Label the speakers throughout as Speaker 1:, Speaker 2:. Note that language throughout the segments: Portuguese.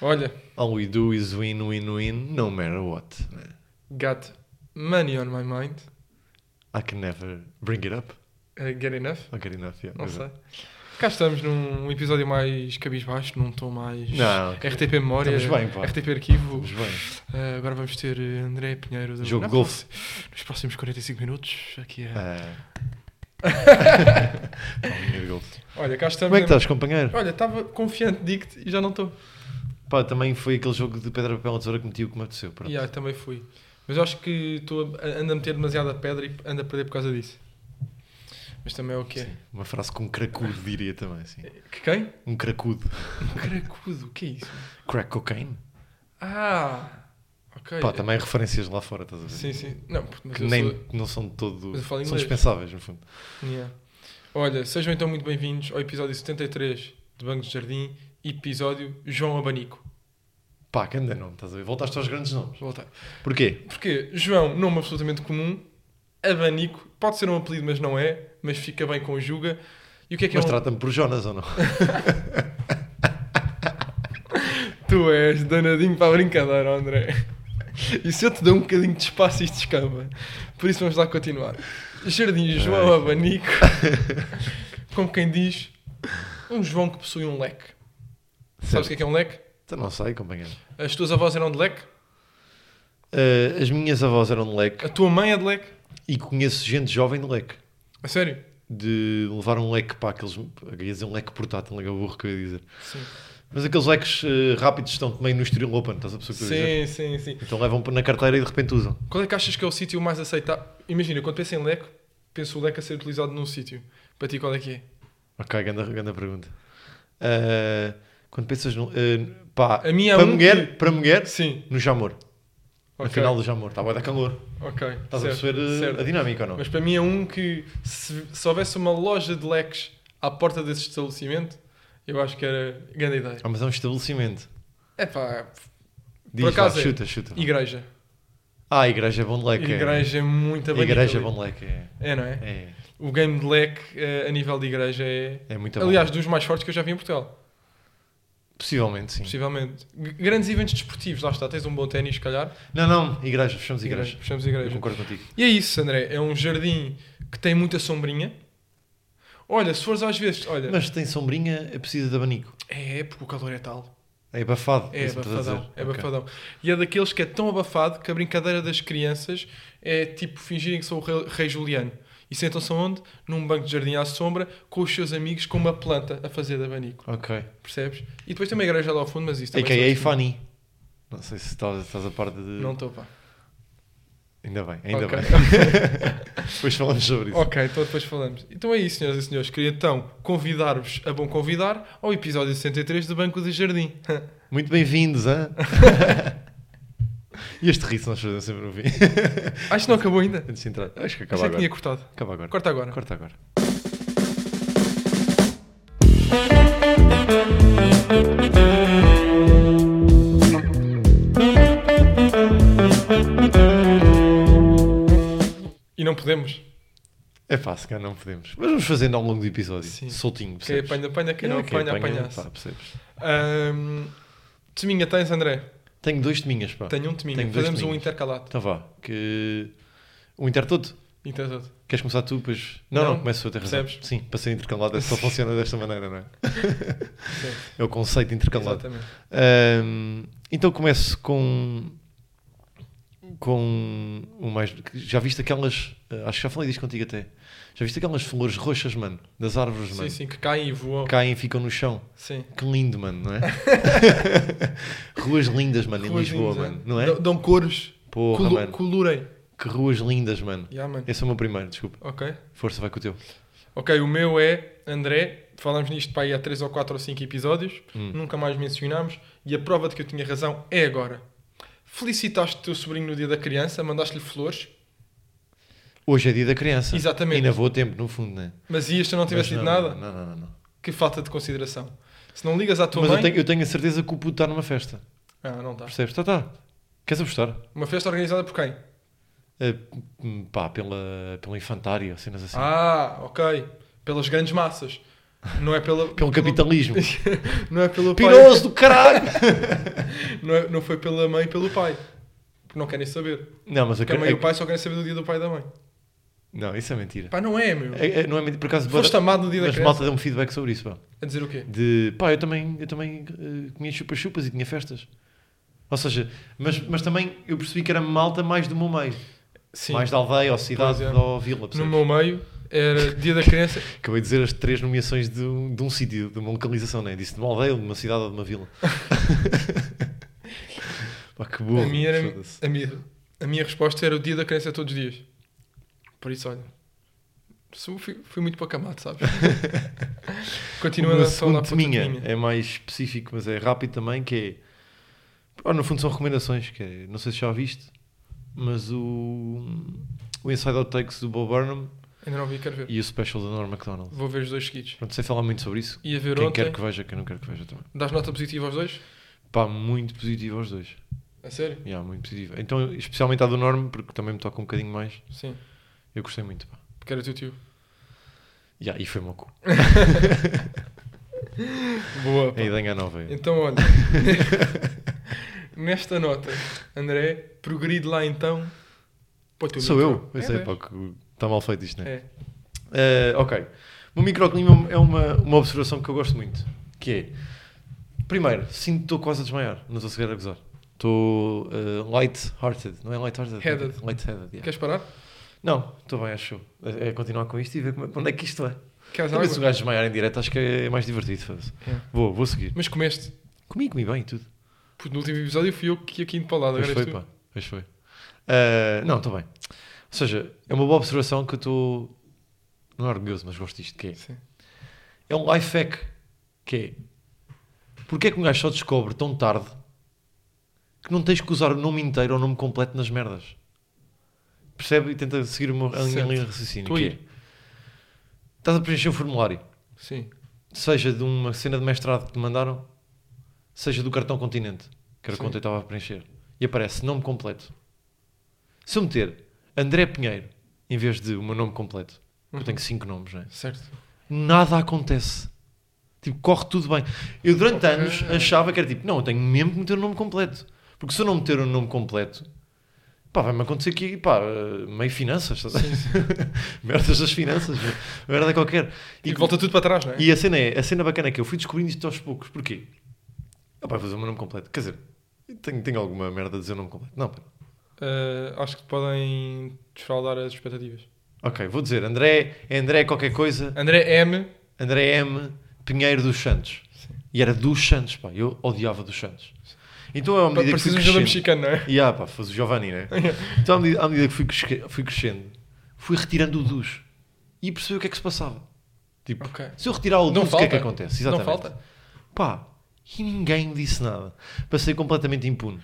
Speaker 1: Olha,
Speaker 2: All we do is win, win, win, no matter what. né?
Speaker 1: got money on my mind.
Speaker 2: I can never bring it up.
Speaker 1: Uh, get enough?
Speaker 2: I get enough, yeah.
Speaker 1: Não sei. Cá estamos num um episódio mais cabisbaixo, num tom mais
Speaker 2: Não, ok.
Speaker 1: RTP Memória,
Speaker 2: Estamos bem, pá.
Speaker 1: RTP Arquivo.
Speaker 2: Estamos bem.
Speaker 1: Uh, agora vamos ter uh, André Pinheiro do
Speaker 2: Jogo
Speaker 1: na
Speaker 2: de golfe.
Speaker 1: próxima- Nos próximos 45 minutos, aqui é.
Speaker 2: Ah. Palminha de golfe.
Speaker 1: Olha, cá estamos.
Speaker 2: Como é que estás, companheiro?
Speaker 1: Olha, estava confiante, digo-te, e já não estou.
Speaker 2: Pá, também foi aquele jogo de pedra, papel, tesoura que meti o que me aconteceu. Pronto.
Speaker 1: E ah, também fui. Mas eu acho que estou a, ando a meter demasiada pedra e ando a perder por causa disso. Mas também é o que é.
Speaker 2: Uma frase com um cracudo, diria também, sim.
Speaker 1: Que quem?
Speaker 2: Um cracudo.
Speaker 1: Um cracudo, o que é isso?
Speaker 2: Crack cocaine?
Speaker 1: Ah! Ok.
Speaker 2: Pá, tá também há referências lá fora, estás a ver?
Speaker 1: Sim, sim. Não, porque- mas
Speaker 2: Que
Speaker 1: eu
Speaker 2: nem,
Speaker 1: sou-
Speaker 2: que não são de todo.
Speaker 1: Mas eu falo
Speaker 2: São
Speaker 1: inglês.
Speaker 2: dispensáveis, no fundo.
Speaker 1: Yeah. Olha, sejam então muito bem-vindos ao episódio 73 de Bancos de Jardim, episódio João Abanico.
Speaker 2: Pá, que ainda não, estás a ver? Voltaste aos grandes nomes.
Speaker 1: Vou voltar.
Speaker 2: Porquê?
Speaker 1: Porque João, nome absolutamente comum, Abanico, pode ser um apelido, mas não é, mas fica bem com Juga. E o que é que
Speaker 2: Mas
Speaker 1: é um...
Speaker 2: trata-me por Jonas ou não?
Speaker 1: Tu és danadinho para a brincadeira, André. E se eu te dou um bocadinho de espaço, isto escama. Por isso vamos lá continuar. Jardim João
Speaker 2: Ai.
Speaker 1: Abanico. Como quem diz, um João que possui um leque. Sabes o que é que é um leque?
Speaker 2: Então não sei, companheiro.
Speaker 1: As tuas avós eram de leque?
Speaker 2: Ah, as minhas avós eram de leque
Speaker 1: A tua mãe é de leque?
Speaker 2: e conheço gente jovem de leque.
Speaker 1: A sério?
Speaker 2: De levar um leque para aqueles. Eu ia dizer um leque portátil, um burro que eu ia dizer.
Speaker 1: Sim.
Speaker 2: Mas aqueles leques ah, rápidos estão também no estilo open, estás a perceber o que eu ia dizer?
Speaker 1: Sim, sim, sim.
Speaker 2: Então levam na carteira e de repente usam.
Speaker 1: Qual é que achas que é o sítio mais aceitável? Imagina, quando penso em leque, penso o leque a ser utilizado num sítio. Para ti, qual é que é?
Speaker 2: Ok, grande, grande pergunta. Ah, quando pensas no. ah, pá,
Speaker 1: A minha é
Speaker 2: para
Speaker 1: um
Speaker 2: mulher, para mulher,
Speaker 1: Sim.
Speaker 2: no Jamor. No
Speaker 1: Ok.
Speaker 2: final do Jamor, está a dar calor.
Speaker 1: Ok.
Speaker 2: Estás
Speaker 1: certo,
Speaker 2: a perceber ah,
Speaker 1: certo.
Speaker 2: a dinâmica ou não?
Speaker 1: Mas para mim é um que, se, se houvesse uma loja de leques à porta desse estabelecimento, eu acho que era grande ideia.
Speaker 2: Ah, mas é um estabelecimento.
Speaker 1: É pá,
Speaker 2: Diz,
Speaker 1: Por acaso
Speaker 2: vá,
Speaker 1: é.
Speaker 2: chuta, chuta.
Speaker 1: igreja.
Speaker 2: Ah, igreja é bom de leque. é.
Speaker 1: Igreja é muito abrangente
Speaker 2: Igreja
Speaker 1: ali.
Speaker 2: bom de leque. É,
Speaker 1: É, não é?
Speaker 2: é,
Speaker 1: O game de leque eh, a nível de igreja é.
Speaker 2: é muito
Speaker 1: Aliás,
Speaker 2: bom.
Speaker 1: dos mais fortes que eu já vi em Portugal,
Speaker 2: Possivelmente, sim.
Speaker 1: possivelmente. G- Grandes eventos desportivos, lá está, tens um bom ténis, se calhar.
Speaker 2: Não, não, igreja, fechamos igreja.
Speaker 1: Fechamos
Speaker 2: Eu
Speaker 1: igreja.
Speaker 2: concordo contigo.
Speaker 1: E é isso, André. É um jardim que tem muita sombrinha. Olha, se fores às vezes, olha,
Speaker 2: Mas tem sombrinha, é preciso de abanico.
Speaker 1: é porque o calor é tal.
Speaker 2: É abafado.
Speaker 1: É
Speaker 2: isso me estás a
Speaker 1: abafadão,
Speaker 2: dizer.
Speaker 1: é
Speaker 2: Ok.
Speaker 1: abafadão. E é daqueles que é tão abafado que a brincadeira das crianças é tipo fingirem que são o rei, rei Juliano. E sentam-se onde? Num banco de jardim à sombra, com os seus amigos, com uma planta a fazer de abanico.
Speaker 2: Ok. É
Speaker 1: Percebes? E depois tem uma igreja lá ao fundo, mas isso também...
Speaker 2: AKA
Speaker 1: só-
Speaker 2: Fanny. Não sei se estás, estás a par de.
Speaker 1: Não estou, pá.
Speaker 2: Ainda bem, ainda
Speaker 1: Ok.
Speaker 2: bem. Depois falamos sobre isso.
Speaker 1: Ok, então depois falamos. Então é isso, senhoras e senhores. Queria então convidar-vos a bom convidar ao episódio 63 do Banco de Jardim.
Speaker 2: Muito bem-vindos, hã? e este riso nós fazemos sempre no fim.
Speaker 1: Acho que não acabou ainda.
Speaker 2: Antes de entrar. Acho que acaba
Speaker 1: Achei que tinha
Speaker 2: agora.
Speaker 1: cortado.
Speaker 2: Acaba agora.
Speaker 1: Corta agora.
Speaker 2: Corta agora.
Speaker 1: E não podemos.
Speaker 2: É fácil, cara, não podemos. Mas vamos fazendo ao longo do episódio.
Speaker 1: Sim.
Speaker 2: Soltinho,
Speaker 1: Quem
Speaker 2: percebes?
Speaker 1: apanha, apanha. Quem não
Speaker 2: É, quem
Speaker 1: apanha, apanha-se.
Speaker 2: pá, percebes?
Speaker 1: Ahm, teminha tens, André?
Speaker 2: Tenho dois teminhas, pá.
Speaker 1: Tenho um teminha.
Speaker 2: Tenho dois
Speaker 1: Fazemos um
Speaker 2: teminhas.
Speaker 1: intercalado.
Speaker 2: Então vá. Que... O Inter todo.
Speaker 1: Intercalado.
Speaker 2: Queres começar tu, pois... Não, não,
Speaker 1: Não,
Speaker 2: começo eu, tens razão.
Speaker 1: percebes?
Speaker 2: Sim, para ser intercalado é só funciona desta maneira, não é?
Speaker 1: Sim,
Speaker 2: É o conceito intercalado.
Speaker 1: Exatamente.
Speaker 2: Ahm, então começo com com o mais já viste aquelas eh, acho que já falei disto contigo até já viste aquelas flores roxas mano das árvores mano
Speaker 1: Sim, sim, que caem e voam.
Speaker 2: caem e ficam no chão
Speaker 1: Sim.
Speaker 2: que lindo mano não é ruas lindas mano em
Speaker 1: Ruas
Speaker 2: Lisboa
Speaker 1: lindas,
Speaker 2: mano não é
Speaker 1: Dão- Dão cores.
Speaker 2: porra
Speaker 1: Colo-
Speaker 2: mano
Speaker 1: Colorem.
Speaker 2: que ruas lindas mano
Speaker 1: Yeah, mano.
Speaker 2: esse é o meu primeiro desculpa
Speaker 1: Ok.
Speaker 2: força vai com o teu
Speaker 1: Ok, o meu é André. Falámos nisto para aí há 3 ou 4 ou 5 episódios.
Speaker 2: Hum.
Speaker 1: Nunca mais mencionámos. E a prova de que eu tinha razão é agora. Felicitaste o teu sobrinho no dia da criança, mandaste-lhe flores,
Speaker 2: hoje é dia da criança
Speaker 1: Exatamente.
Speaker 2: ainda vou a tempo no fundo né
Speaker 1: mas e esta não
Speaker 2: Mas
Speaker 1: tivesse dito nada?
Speaker 2: não não não, não.
Speaker 1: Que falta de consideração. Se não ligas à tua
Speaker 2: mas
Speaker 1: mãe.
Speaker 2: eu tenho, eu tenho a certeza que o puto está numa festa
Speaker 1: Ah, não está.
Speaker 2: Percebes? Tá, tá. Queres apostar?
Speaker 1: Uma festa organizada por quem?
Speaker 2: Eh, hum, pá, pela, pela infantária, cenas assim.
Speaker 1: Ah, ok. Pelas Ah, grandes massas. Não é pela.
Speaker 2: Pelo capitalismo.
Speaker 1: Não é pelo pai.
Speaker 2: Piroso do caralho!
Speaker 1: Não, é- não foi pela mãe e pelo pai. Porque não querem saber.
Speaker 2: Não, mas eu
Speaker 1: Porque a
Speaker 2: quero. é
Speaker 1: mãe e o pai só querem saber do dia do pai e da mãe.
Speaker 2: Não, isso é mentira.
Speaker 1: Pá, não é, meu.
Speaker 2: É- é- não é mentira. Por acaso,
Speaker 1: Foste amado no dia da
Speaker 2: mas
Speaker 1: criança.
Speaker 2: malta deu um feedback sobre isso, pá.
Speaker 1: A dizer o quê?
Speaker 2: de pá, eu também, eu também eh, comia chupas-chupas e tinha festas. Ou seja, mas, mas também eu percebi que era malta mais do meu meio,
Speaker 1: Sim.
Speaker 2: mais da aldeia ou cidade
Speaker 1: Pois é.
Speaker 2: ou vila.
Speaker 1: no
Speaker 2: percebes?
Speaker 1: meu meio, era dia da criança.
Speaker 2: Acabei de dizer as três nomeações de um, de um sítio, de uma localização, né? Disse de uma aldeia, de uma cidade ou de uma vila. pá, que burro.
Speaker 1: a, minha era,
Speaker 2: foda-se.
Speaker 1: a, minha, a minha resposta era o dia da criança todos os dias. Por isso, olha. sou- Fui, fui muito para camado, sabes?
Speaker 2: O
Speaker 1: Continuando
Speaker 2: meu
Speaker 1: a falar
Speaker 2: segundo
Speaker 1: para
Speaker 2: teminha é mais específico, mas é rápido também, que é... Pá, no fundo são recomendações, que é- não sei se já viste, mas o, o Inside Out Takes do Bob Burnham
Speaker 1: Ainda não vi, quero ver.
Speaker 2: e o Special da Norm MacDonald.
Speaker 1: Vou ver os dois seguidos.
Speaker 2: Pronto, sei falar muito sobre isso.
Speaker 1: Ia ver
Speaker 2: quem
Speaker 1: ontem.
Speaker 2: quer que veja, quem não quer que veja também.
Speaker 1: Dás nota positiva aos dois?
Speaker 2: Pá, muito positivo aos dois.
Speaker 1: A sério?
Speaker 2: Yeah, muito positivo. Então, especialmente a do Norm, porque também me toca um bocadinho mais.
Speaker 1: Sim.
Speaker 2: Eu gostei muito, pá.
Speaker 1: Porque era teu tio.
Speaker 2: Yeah, e foi meu cu.
Speaker 1: Boa. pá.
Speaker 2: A ideia nova. é.
Speaker 1: Então, olha. Nesta nota, André, progride lá então. Pô, tu
Speaker 2: Sou eu. Eu
Speaker 1: É,
Speaker 2: sei,
Speaker 1: é.
Speaker 2: pá, que está mal feito isto, não é?
Speaker 1: É.
Speaker 2: Eh, ok. O microclima é uma, uma observação que eu gosto muito. Que é, primeiro, sinto que estou quase a desmaiar. Não estou sequer a gozar. Estou eh, light-hearted. Não é light-hearted?
Speaker 1: Headed.
Speaker 2: Light-headed, yeah.
Speaker 1: É. Queres parar?
Speaker 2: Não, estou bem, acho. eu. É, é continuar com isto e ver como, é- onde é que isto é.
Speaker 1: Queres
Speaker 2: Talvez se o
Speaker 1: água?
Speaker 2: gajo desmaiar em direto, acho que é mais divertido. foda-se.
Speaker 1: É.
Speaker 2: Vou, vou seguir.
Speaker 1: Mas comeste.
Speaker 2: Comi, comi bem e tudo.
Speaker 1: Pô, no último episódio fui eu que ia quinto para lá. Agora
Speaker 2: Pois foi,
Speaker 1: és tu.
Speaker 2: pá. Pois foi. Ah, não, estou bem. Ou seja, é uma boa observação que eu estou. Não é orgulhoso, mas gosto disto. Que é,
Speaker 1: Sim.
Speaker 2: é um life hack. Que é. Porquê é que um gajo só descobre tão tarde que não tens que usar o nome inteiro ou o nome completo nas merdas? Percebe e tenta seguir uma, a minha
Speaker 1: Certo.
Speaker 2: linha de raciocínio.
Speaker 1: Estou
Speaker 2: Que
Speaker 1: a
Speaker 2: é, estás a preencher um formulário.
Speaker 1: Sim.
Speaker 2: seja de uma cena de mestrado que te mandaram, seja do cartão continente, que era
Speaker 1: Sim.
Speaker 2: quando eu estava a preencher, e aparece nome completo. Se eu meter André Pinheiro em vez de o meu nome completo, eu
Speaker 1: Uhum.
Speaker 2: tenho cinco nomes, não é?
Speaker 1: Certo.
Speaker 2: Nada acontece. Tipo, corre tudo bem. Eu durante
Speaker 1: Ok.
Speaker 2: anos achava que era tipo, não, eu tenho mesmo que meter o nome completo. Porque se eu não meter o nome completo, pá, vai-me acontecer aqui, pá, eh, meio finanças, estás a ver? merdas das finanças, merda qualquer.
Speaker 1: E, volta tudo para trás, não é?
Speaker 2: E a cena é, a cena bacana é que eu fui descobrindo isto aos poucos. Porquê? Ah, pá, vou fazer o meu nome completo. Quer dizer, tenho, tenho alguma merda a dizer o nome completo? Não, pera.
Speaker 1: Ah, acho que te podem desfraudar as expectativas.
Speaker 2: Ok, vou dizer André, é André qualquer coisa,
Speaker 1: André M.
Speaker 2: André M. Pinheiro dos Santos.
Speaker 1: Sim.
Speaker 2: E era dos Santos, pá. Eu odiava dos Santos. Então é uma medida que fui
Speaker 1: Pareces um jogador
Speaker 2: crescendo.
Speaker 1: mexicano, não é?
Speaker 2: E ah, pá, faz o Giovanni, né? Então à medida, à medida que fui, cresce- fui crescendo, fui retirando o dos. E percebi o que é que se passava. Tipo,
Speaker 1: Ok.
Speaker 2: se eu retirar o
Speaker 1: Não
Speaker 2: dos, o que é que
Speaker 1: falta.
Speaker 2: acontece?
Speaker 1: Não
Speaker 2: Exatamente.
Speaker 1: falta.
Speaker 2: Pá, e ninguém me disse nada. Passei completamente impune.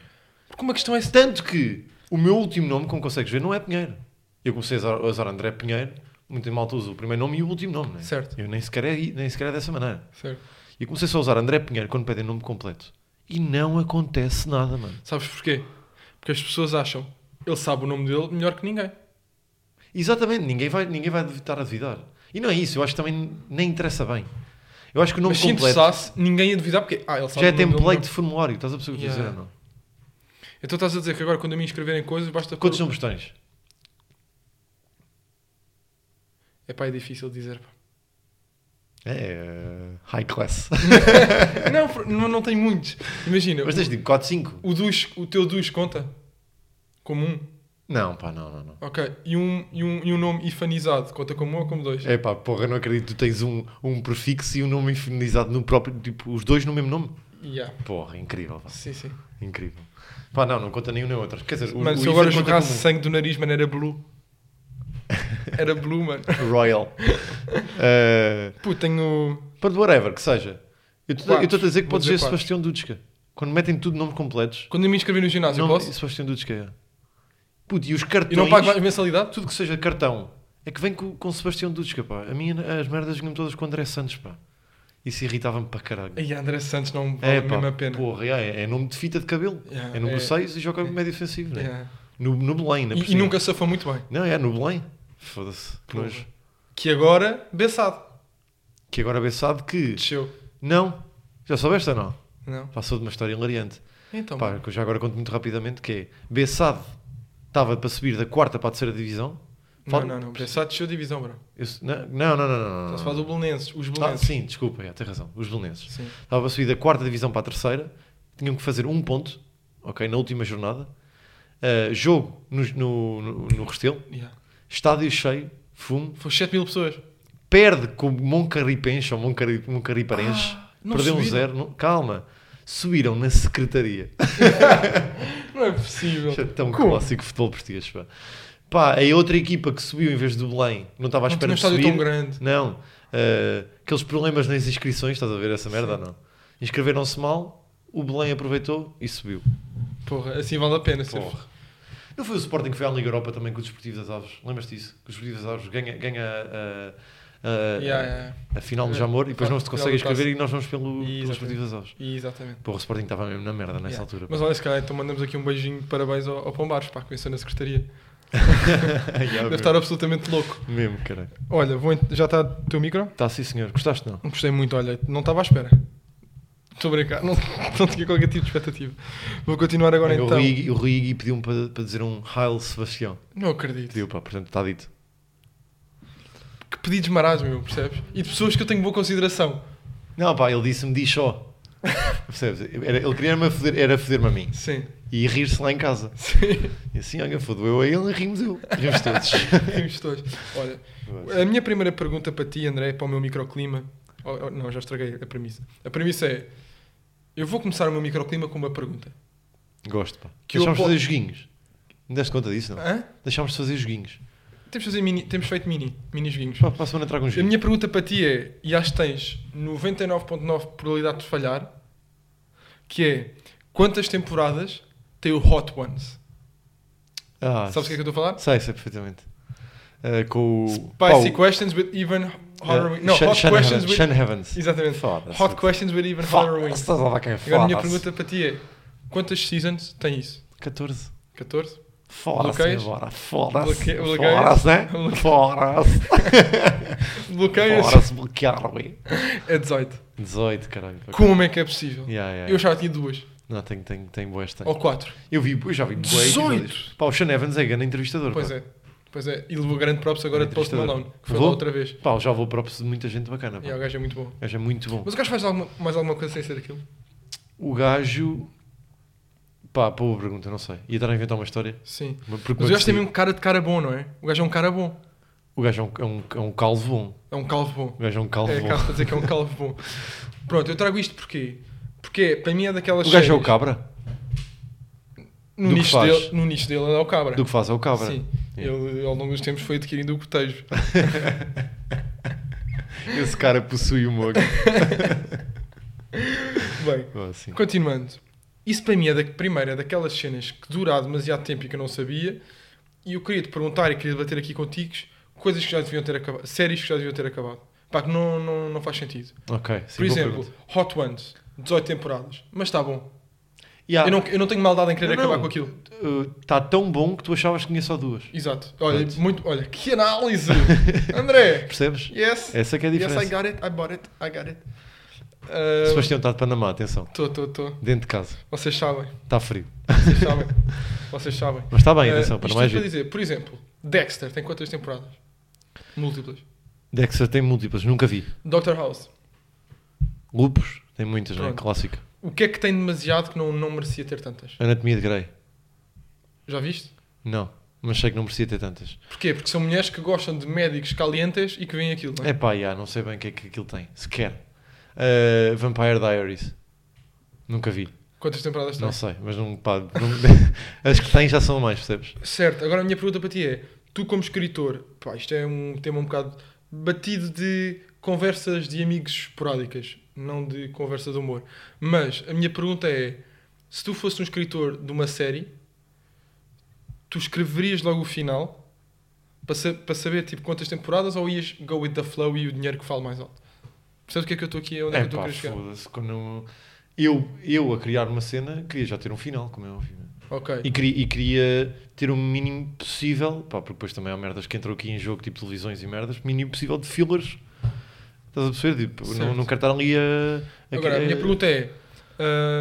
Speaker 1: Porque uma questão é se
Speaker 2: Tanto que o meu último nome, como consegues ver, não é Pinheiro. Eu comecei a usar, a usar André Pinheiro, muita malta usa o primeiro nome e o último nome, né?
Speaker 1: Certo.
Speaker 2: Eu nem sequer, é, nem sequer é dessa maneira.
Speaker 1: Certo.
Speaker 2: E comecei só a usar André Pinheiro quando pedem nome completo. E não acontece nada, mano.
Speaker 1: Sabes porquê? Porque as pessoas acham ele sabe o nome dele melhor que ninguém.
Speaker 2: Exatamente, ninguém vai, ninguém vai estar a duvidar. E não é isso, eu acho que também nem interessa bem. Eu acho que o nome
Speaker 1: Mas se
Speaker 2: completo
Speaker 1: interessasse, ninguém ia duvidar porque ah, ele sabe
Speaker 2: já é
Speaker 1: o nome dele
Speaker 2: template
Speaker 1: melhor.
Speaker 2: de formulário, estás a perceber o que eu estou a dizer
Speaker 1: Yeah.
Speaker 2: ou não?
Speaker 1: Então estás a dizer que agora quando a mim escreverem coisas basta pôr-
Speaker 2: Quantos nomes tens?
Speaker 1: Epá, é difícil dizer. pá.
Speaker 2: É. High class.
Speaker 1: não, por- não, não tem muitos. Imagina,
Speaker 2: Mas tens tipo, de 4, 5?
Speaker 1: o, dos, o teu dos conta como um.
Speaker 2: Não, pá, não, não, não.
Speaker 1: Ok. E um, e um, e um nome ifanizado conta como um ou como dois?
Speaker 2: É pá, porra, eu não acredito. Tu tens um, um prefixo e um nome infinizado no próprio. Tipo, os dois no mesmo nome.
Speaker 1: Yeah.
Speaker 2: Porra, incrível, pá.
Speaker 1: Sim, sim.
Speaker 2: Incrível. Pá, não, não conta nenhum nem outro. Quer dizer, o,
Speaker 1: Mano,
Speaker 2: o
Speaker 1: se eu agora
Speaker 2: Ivan conta um.
Speaker 1: jogasse sangue do nariz, mano, era blue. Era blue, mano.
Speaker 2: como um. Royal. Eh,
Speaker 1: Pô, tenho.
Speaker 2: Pronto, whatever, que seja. Eu estou eu
Speaker 1: Quatro.
Speaker 2: estou a dizer que
Speaker 1: Vou
Speaker 2: podes
Speaker 1: dizer
Speaker 2: dizer
Speaker 1: quatro.
Speaker 2: Sebastião Dudska. Quando metem tudo nomes completos.
Speaker 1: Quando eu me inscrevi no ginásio,
Speaker 2: nome-
Speaker 1: tipo posso?
Speaker 2: Sebastião Dudska, é. Puto, e os
Speaker 1: E
Speaker 2: cartões.
Speaker 1: não pago mais mensalidade?
Speaker 2: tudo que seja cartão é que vem com, com Sebastião Dutra, pá. A minha, as merdas vinham todas com André Santos, pá. Isso irritava-me para caralho.
Speaker 1: Ai, André Santos não vale
Speaker 2: É,
Speaker 1: a mesma
Speaker 2: pá,
Speaker 1: pena.
Speaker 2: porra, é, é nome de fita de cabelo.
Speaker 1: Yeah,
Speaker 2: é número
Speaker 1: é.
Speaker 2: 6 e joga médio ofensivo, né?
Speaker 1: Yeah.
Speaker 2: No, no Belém, né? por
Speaker 1: E, e
Speaker 2: cima.
Speaker 1: nunca safou muito bem.
Speaker 2: Não, é, no Belém. Foda-se. que
Speaker 1: Porra.
Speaker 2: nojo.
Speaker 1: Que agora, Bessado.
Speaker 2: Que agora bem sabe que.
Speaker 1: Desceu.
Speaker 2: Não. Já soubeste ou não?
Speaker 1: Não.
Speaker 2: Passou de uma história hilariante.
Speaker 1: Então,
Speaker 2: Pá, que eu já agora conto muito rapidamente que é Bessade estava para subir da quarta para a terceira divisão.
Speaker 1: não,
Speaker 2: Fala-
Speaker 1: não, não. Bessá desceu a divisão, bro.
Speaker 2: Eu- não, não, não, não, não, não,
Speaker 1: Só se
Speaker 2: não.
Speaker 1: fala do Belenenses. Os
Speaker 2: Ah,
Speaker 1: Belenenses.
Speaker 2: sim, desculpa, é, tem razão. Os belenenses.
Speaker 1: sim.
Speaker 2: Estava a subir da quarta divisão para a terceira. Tinham que fazer um ponto, ok, na última jornada. Ah, jogo no, no, no, no Restelo,
Speaker 1: Yeah.
Speaker 2: estádio cheio, fumo.
Speaker 1: Foi 7 mil pessoas.
Speaker 2: Perde com o Moncarripense ou Moncari- Moncariparense.
Speaker 1: Ah, não
Speaker 2: Perdeu um
Speaker 1: subiram?
Speaker 2: zero. não- calma. Subiram na secretaria.
Speaker 1: Não é possível.
Speaker 2: Isto é tão
Speaker 1: Como?
Speaker 2: clássico futebol português, pá. Pá, a outra equipa que subiu em vez do Belém, não estava à
Speaker 1: Não
Speaker 2: espera
Speaker 1: tinha um estádio
Speaker 2: de subir.
Speaker 1: tão grande.
Speaker 2: Não. Ah, aqueles problemas nas inscrições, estás a ver essa merda ou não? Inscreveram-se mal, o Belém aproveitou e subiu.
Speaker 1: Porra, assim vale a pena. ser-
Speaker 2: Porra. Não foi o Sporting que foi à Liga Europa também com os Desportivos das Aves? Lembras-te disso? Que os Desportivos das Aves ganha, ganha ah, ah,
Speaker 1: Yeah, yeah, yeah.
Speaker 2: a final do Jamor e depois não se
Speaker 1: Final
Speaker 2: consegue
Speaker 1: da taça.
Speaker 2: escrever e nós vamos pelo, pelos
Speaker 1: Exatamente.
Speaker 2: Desportivos das Aves.
Speaker 1: E, exatamente.
Speaker 2: Porra, o Sporting estava mesmo na merda nessa
Speaker 1: Yeah.
Speaker 2: altura.
Speaker 1: Mas olha, se calhar então mandamos aqui um beijinho de parabéns ao, ao Pombares, pá, que conheceu na Secretaria.
Speaker 2: Yeah,
Speaker 1: Deve
Speaker 2: mesmo.
Speaker 1: estar absolutamente louco.
Speaker 2: Mesmo, caralho.
Speaker 1: Olha, vou ent- já está o teu micro?
Speaker 2: Está sim, senhor. Gostaste, não?
Speaker 1: Gostei muito, olha, não estava à espera. Estou a brincar, não, não tinha qualquer tipo de expectativa. Vou continuar agora
Speaker 2: Olha,
Speaker 1: então.
Speaker 2: O Rui, o Rui Igui pediu-me para, para dizer um Heil Sebastião.
Speaker 1: Não acredito.
Speaker 2: Pediu, pá, portanto está dito.
Speaker 1: Que pedidos marás, meu, percebes? E de pessoas que eu tenho boa consideração.
Speaker 2: Não, pá, ele disse-me diz só. Percebes? Era- ele queria me foder, era foder-me a mim
Speaker 1: Sim.
Speaker 2: e rir-se lá em casa.
Speaker 1: Sim.
Speaker 2: E assim, olha, fodeu eu a ele e rimos eu. Rimos todos.
Speaker 1: Rimos todos. Olha, a minha primeira pergunta para ti, André, é para o meu microclima. Oh, oh, não, já estraguei a premissa. A premissa é: eu vou começar o meu microclima com uma pergunta.
Speaker 2: Gosto, pá.
Speaker 1: Que eu
Speaker 2: Deixámos de
Speaker 1: apo-
Speaker 2: fazer joguinhos. Não deste conta disso, não?
Speaker 1: Hã?
Speaker 2: Deixámos de fazer joguinhos.
Speaker 1: Temos, de fazer mini, temos feito mini, mini joguinhos.
Speaker 2: Pá, para a semana trago um
Speaker 1: A
Speaker 2: joguinho.
Speaker 1: minha pergunta para ti é, e acho que tens 99.9 probabilidade de falhar, que é, quantas temporadas tem o Hot Ones?
Speaker 2: Ah,
Speaker 1: Sabes o que é que eu estou a falar?
Speaker 2: Sei, sei perfeitamente. Ah, com o.
Speaker 1: Spicy
Speaker 2: pá, o-
Speaker 1: questions with even hotter
Speaker 2: ah,
Speaker 1: wings. Não,
Speaker 2: Sean-
Speaker 1: hot
Speaker 2: Sean
Speaker 1: questions
Speaker 2: Evans,
Speaker 1: with...
Speaker 2: Sean Evans.
Speaker 1: Exatamente.
Speaker 2: Foda-se.
Speaker 1: Hot questions with even hotter
Speaker 2: Foda-se.
Speaker 1: wings.
Speaker 2: Estás a dar quem
Speaker 1: Agora a minha
Speaker 2: foda-se.
Speaker 1: pergunta para ti é, quantas seasons tem isso?
Speaker 2: 14.
Speaker 1: 14?
Speaker 2: Foda-se
Speaker 1: Bloqueias?
Speaker 2: agora, foda-se.
Speaker 1: Bloque- bloqueias?
Speaker 2: Foda-se, né?
Speaker 1: Bloque-
Speaker 2: Foda-se.
Speaker 1: Bloqueias?
Speaker 2: Foda-se, bloquear, bem.
Speaker 1: É 18.
Speaker 2: 18, caralho. Ok.
Speaker 1: Como é que é possível?
Speaker 2: Yeah, yeah,
Speaker 1: Eu
Speaker 2: yeah.
Speaker 1: já tinha duas.
Speaker 2: Não, tem, tem, tem boas, tem.
Speaker 1: Ou quatro.
Speaker 2: Eu, vi, eu já vi boas
Speaker 1: 18?
Speaker 2: episódios. Pá, o Sean Evans é grande entrevistador.
Speaker 1: Pois
Speaker 2: pá.
Speaker 1: é. Pois é. E levou grande props agora de Post
Speaker 2: Entrevistador.
Speaker 1: Malone, que foi lá
Speaker 2: Levou?
Speaker 1: outra vez.
Speaker 2: Pá, eu já vou para de muita gente bacana. Pá.
Speaker 1: E o gajo é muito bom.
Speaker 2: O gajo é muito bom.
Speaker 1: Mas o gajo faz alguma- mais alguma coisa sem ser aquilo?
Speaker 2: O gajo... Pá, boa pergunta, não sei. Ia estar a inventar uma história.
Speaker 1: Sim.
Speaker 2: Porque
Speaker 1: Mas o gajo tem
Speaker 2: me apetecia.
Speaker 1: mesmo cara de cara bom, não é? O gajo é um cara bom.
Speaker 2: O gajo é um, é um, é um calvo bom.
Speaker 1: É um calvo bom.
Speaker 2: O gajo é um calvo
Speaker 1: é
Speaker 2: bom.
Speaker 1: calvo para dizer que é um calvo bom. Pronto, eu trago isto porquê? Porque para mim é daquelas
Speaker 2: O gajo é o
Speaker 1: séries-
Speaker 2: cabra.
Speaker 1: No
Speaker 2: do que
Speaker 1: nicho,
Speaker 2: faz.
Speaker 1: dele, no nicho dele ele é o cabra.
Speaker 2: Do que faz é o cabra.
Speaker 1: Sim.
Speaker 2: É.
Speaker 1: Ele ao longo dos tempos foi adquirindo o cotejo.
Speaker 2: Esse cara possui o mogo.
Speaker 1: Bem,
Speaker 2: Ah, sim.
Speaker 1: continuando. Isso para mim é da primeira daquelas cenas que dura há demasiado tempo e que eu não sabia. E eu queria te perguntar e queria debater aqui contigo coisas que já deviam ter acabado, séries que já deviam ter acabado. Pá, que não, não, não faz sentido.
Speaker 2: Ok, sim,
Speaker 1: Por
Speaker 2: boa
Speaker 1: exemplo,
Speaker 2: pergunta.
Speaker 1: Hot Ones, 18 temporadas. Mas está bom.
Speaker 2: Yeah.
Speaker 1: Eu, não, eu não tenho maldade em querer
Speaker 2: Não,
Speaker 1: acabar
Speaker 2: não.
Speaker 1: com aquilo.
Speaker 2: Está tão bom que tu achavas que tinha só duas.
Speaker 1: Exato. Olha,
Speaker 2: Pronto.
Speaker 1: muito, olha que análise! André!
Speaker 2: Percebes?
Speaker 1: Yes!
Speaker 2: Essa que é a
Speaker 1: yes,
Speaker 2: diferença.
Speaker 1: I got it, I bought it, I got it.
Speaker 2: Sebastião está de Panamá, atenção.
Speaker 1: Estou, estou, estou.
Speaker 2: Dentro de casa.
Speaker 1: Vocês sabem,
Speaker 2: Está frio.
Speaker 1: vocês sabem. vocês sabem.
Speaker 2: Mas está bem,
Speaker 1: Ah,
Speaker 2: atenção,
Speaker 1: isto
Speaker 2: Panamá é
Speaker 1: tudo para
Speaker 2: giro.
Speaker 1: dizer, por exemplo, Dexter tem quantas temporadas? Múltiplas.
Speaker 2: Dexter tem múltiplas, nunca vi.
Speaker 1: Doctor House.
Speaker 2: Lupus, tem muitas, não é?
Speaker 1: Pronto.
Speaker 2: Clássico.
Speaker 1: O que é que tem demasiado que não, não merecia ter tantas?
Speaker 2: Anatomia de Grey.
Speaker 1: Já viste?
Speaker 2: Não, mas sei que não merecia ter tantas.
Speaker 1: Porquê? Porque são mulheres que gostam de médicos calientes e que veem aquilo, não é?
Speaker 2: É pá, já, não sei bem o que é que aquilo tem. Sequer. Ah, Vampire Diaries. Nunca vi.
Speaker 1: Quantas temporadas tem?
Speaker 2: Não sei, mas não, pá, não- as que têm já são mais, percebes?
Speaker 1: Certo, agora a minha pergunta para ti é: tu, como escritor, pá, isto é um tema um bocado batido de conversas de amigos esporádicas, não de conversa de humor. Mas a minha pergunta é: se tu fosses um escritor de uma série, tu escreverias logo o final para, sa- para saber tipo, quantas temporadas ou ias go with the flow e o dinheiro que fala mais alto? Percebes o que é que eu estou aqui? Onde é, que eu
Speaker 2: É
Speaker 1: estou a
Speaker 2: pá,
Speaker 1: querer chegar?
Speaker 2: foda-se. Quando eu, eu a criar uma cena, queria já ter um final, como é óbvio. né?
Speaker 1: Ok.
Speaker 2: E queria, e queria ter o mínimo possível, pá, porque depois também há merdas que entram aqui em jogo, tipo televisões e merdas, mínimo possível de fillers. Estás Estás a perceber? Tipo, não,
Speaker 1: Certo.
Speaker 2: não quero estar ali a. a-
Speaker 1: Agora, a minha
Speaker 2: a-
Speaker 1: pergunta é: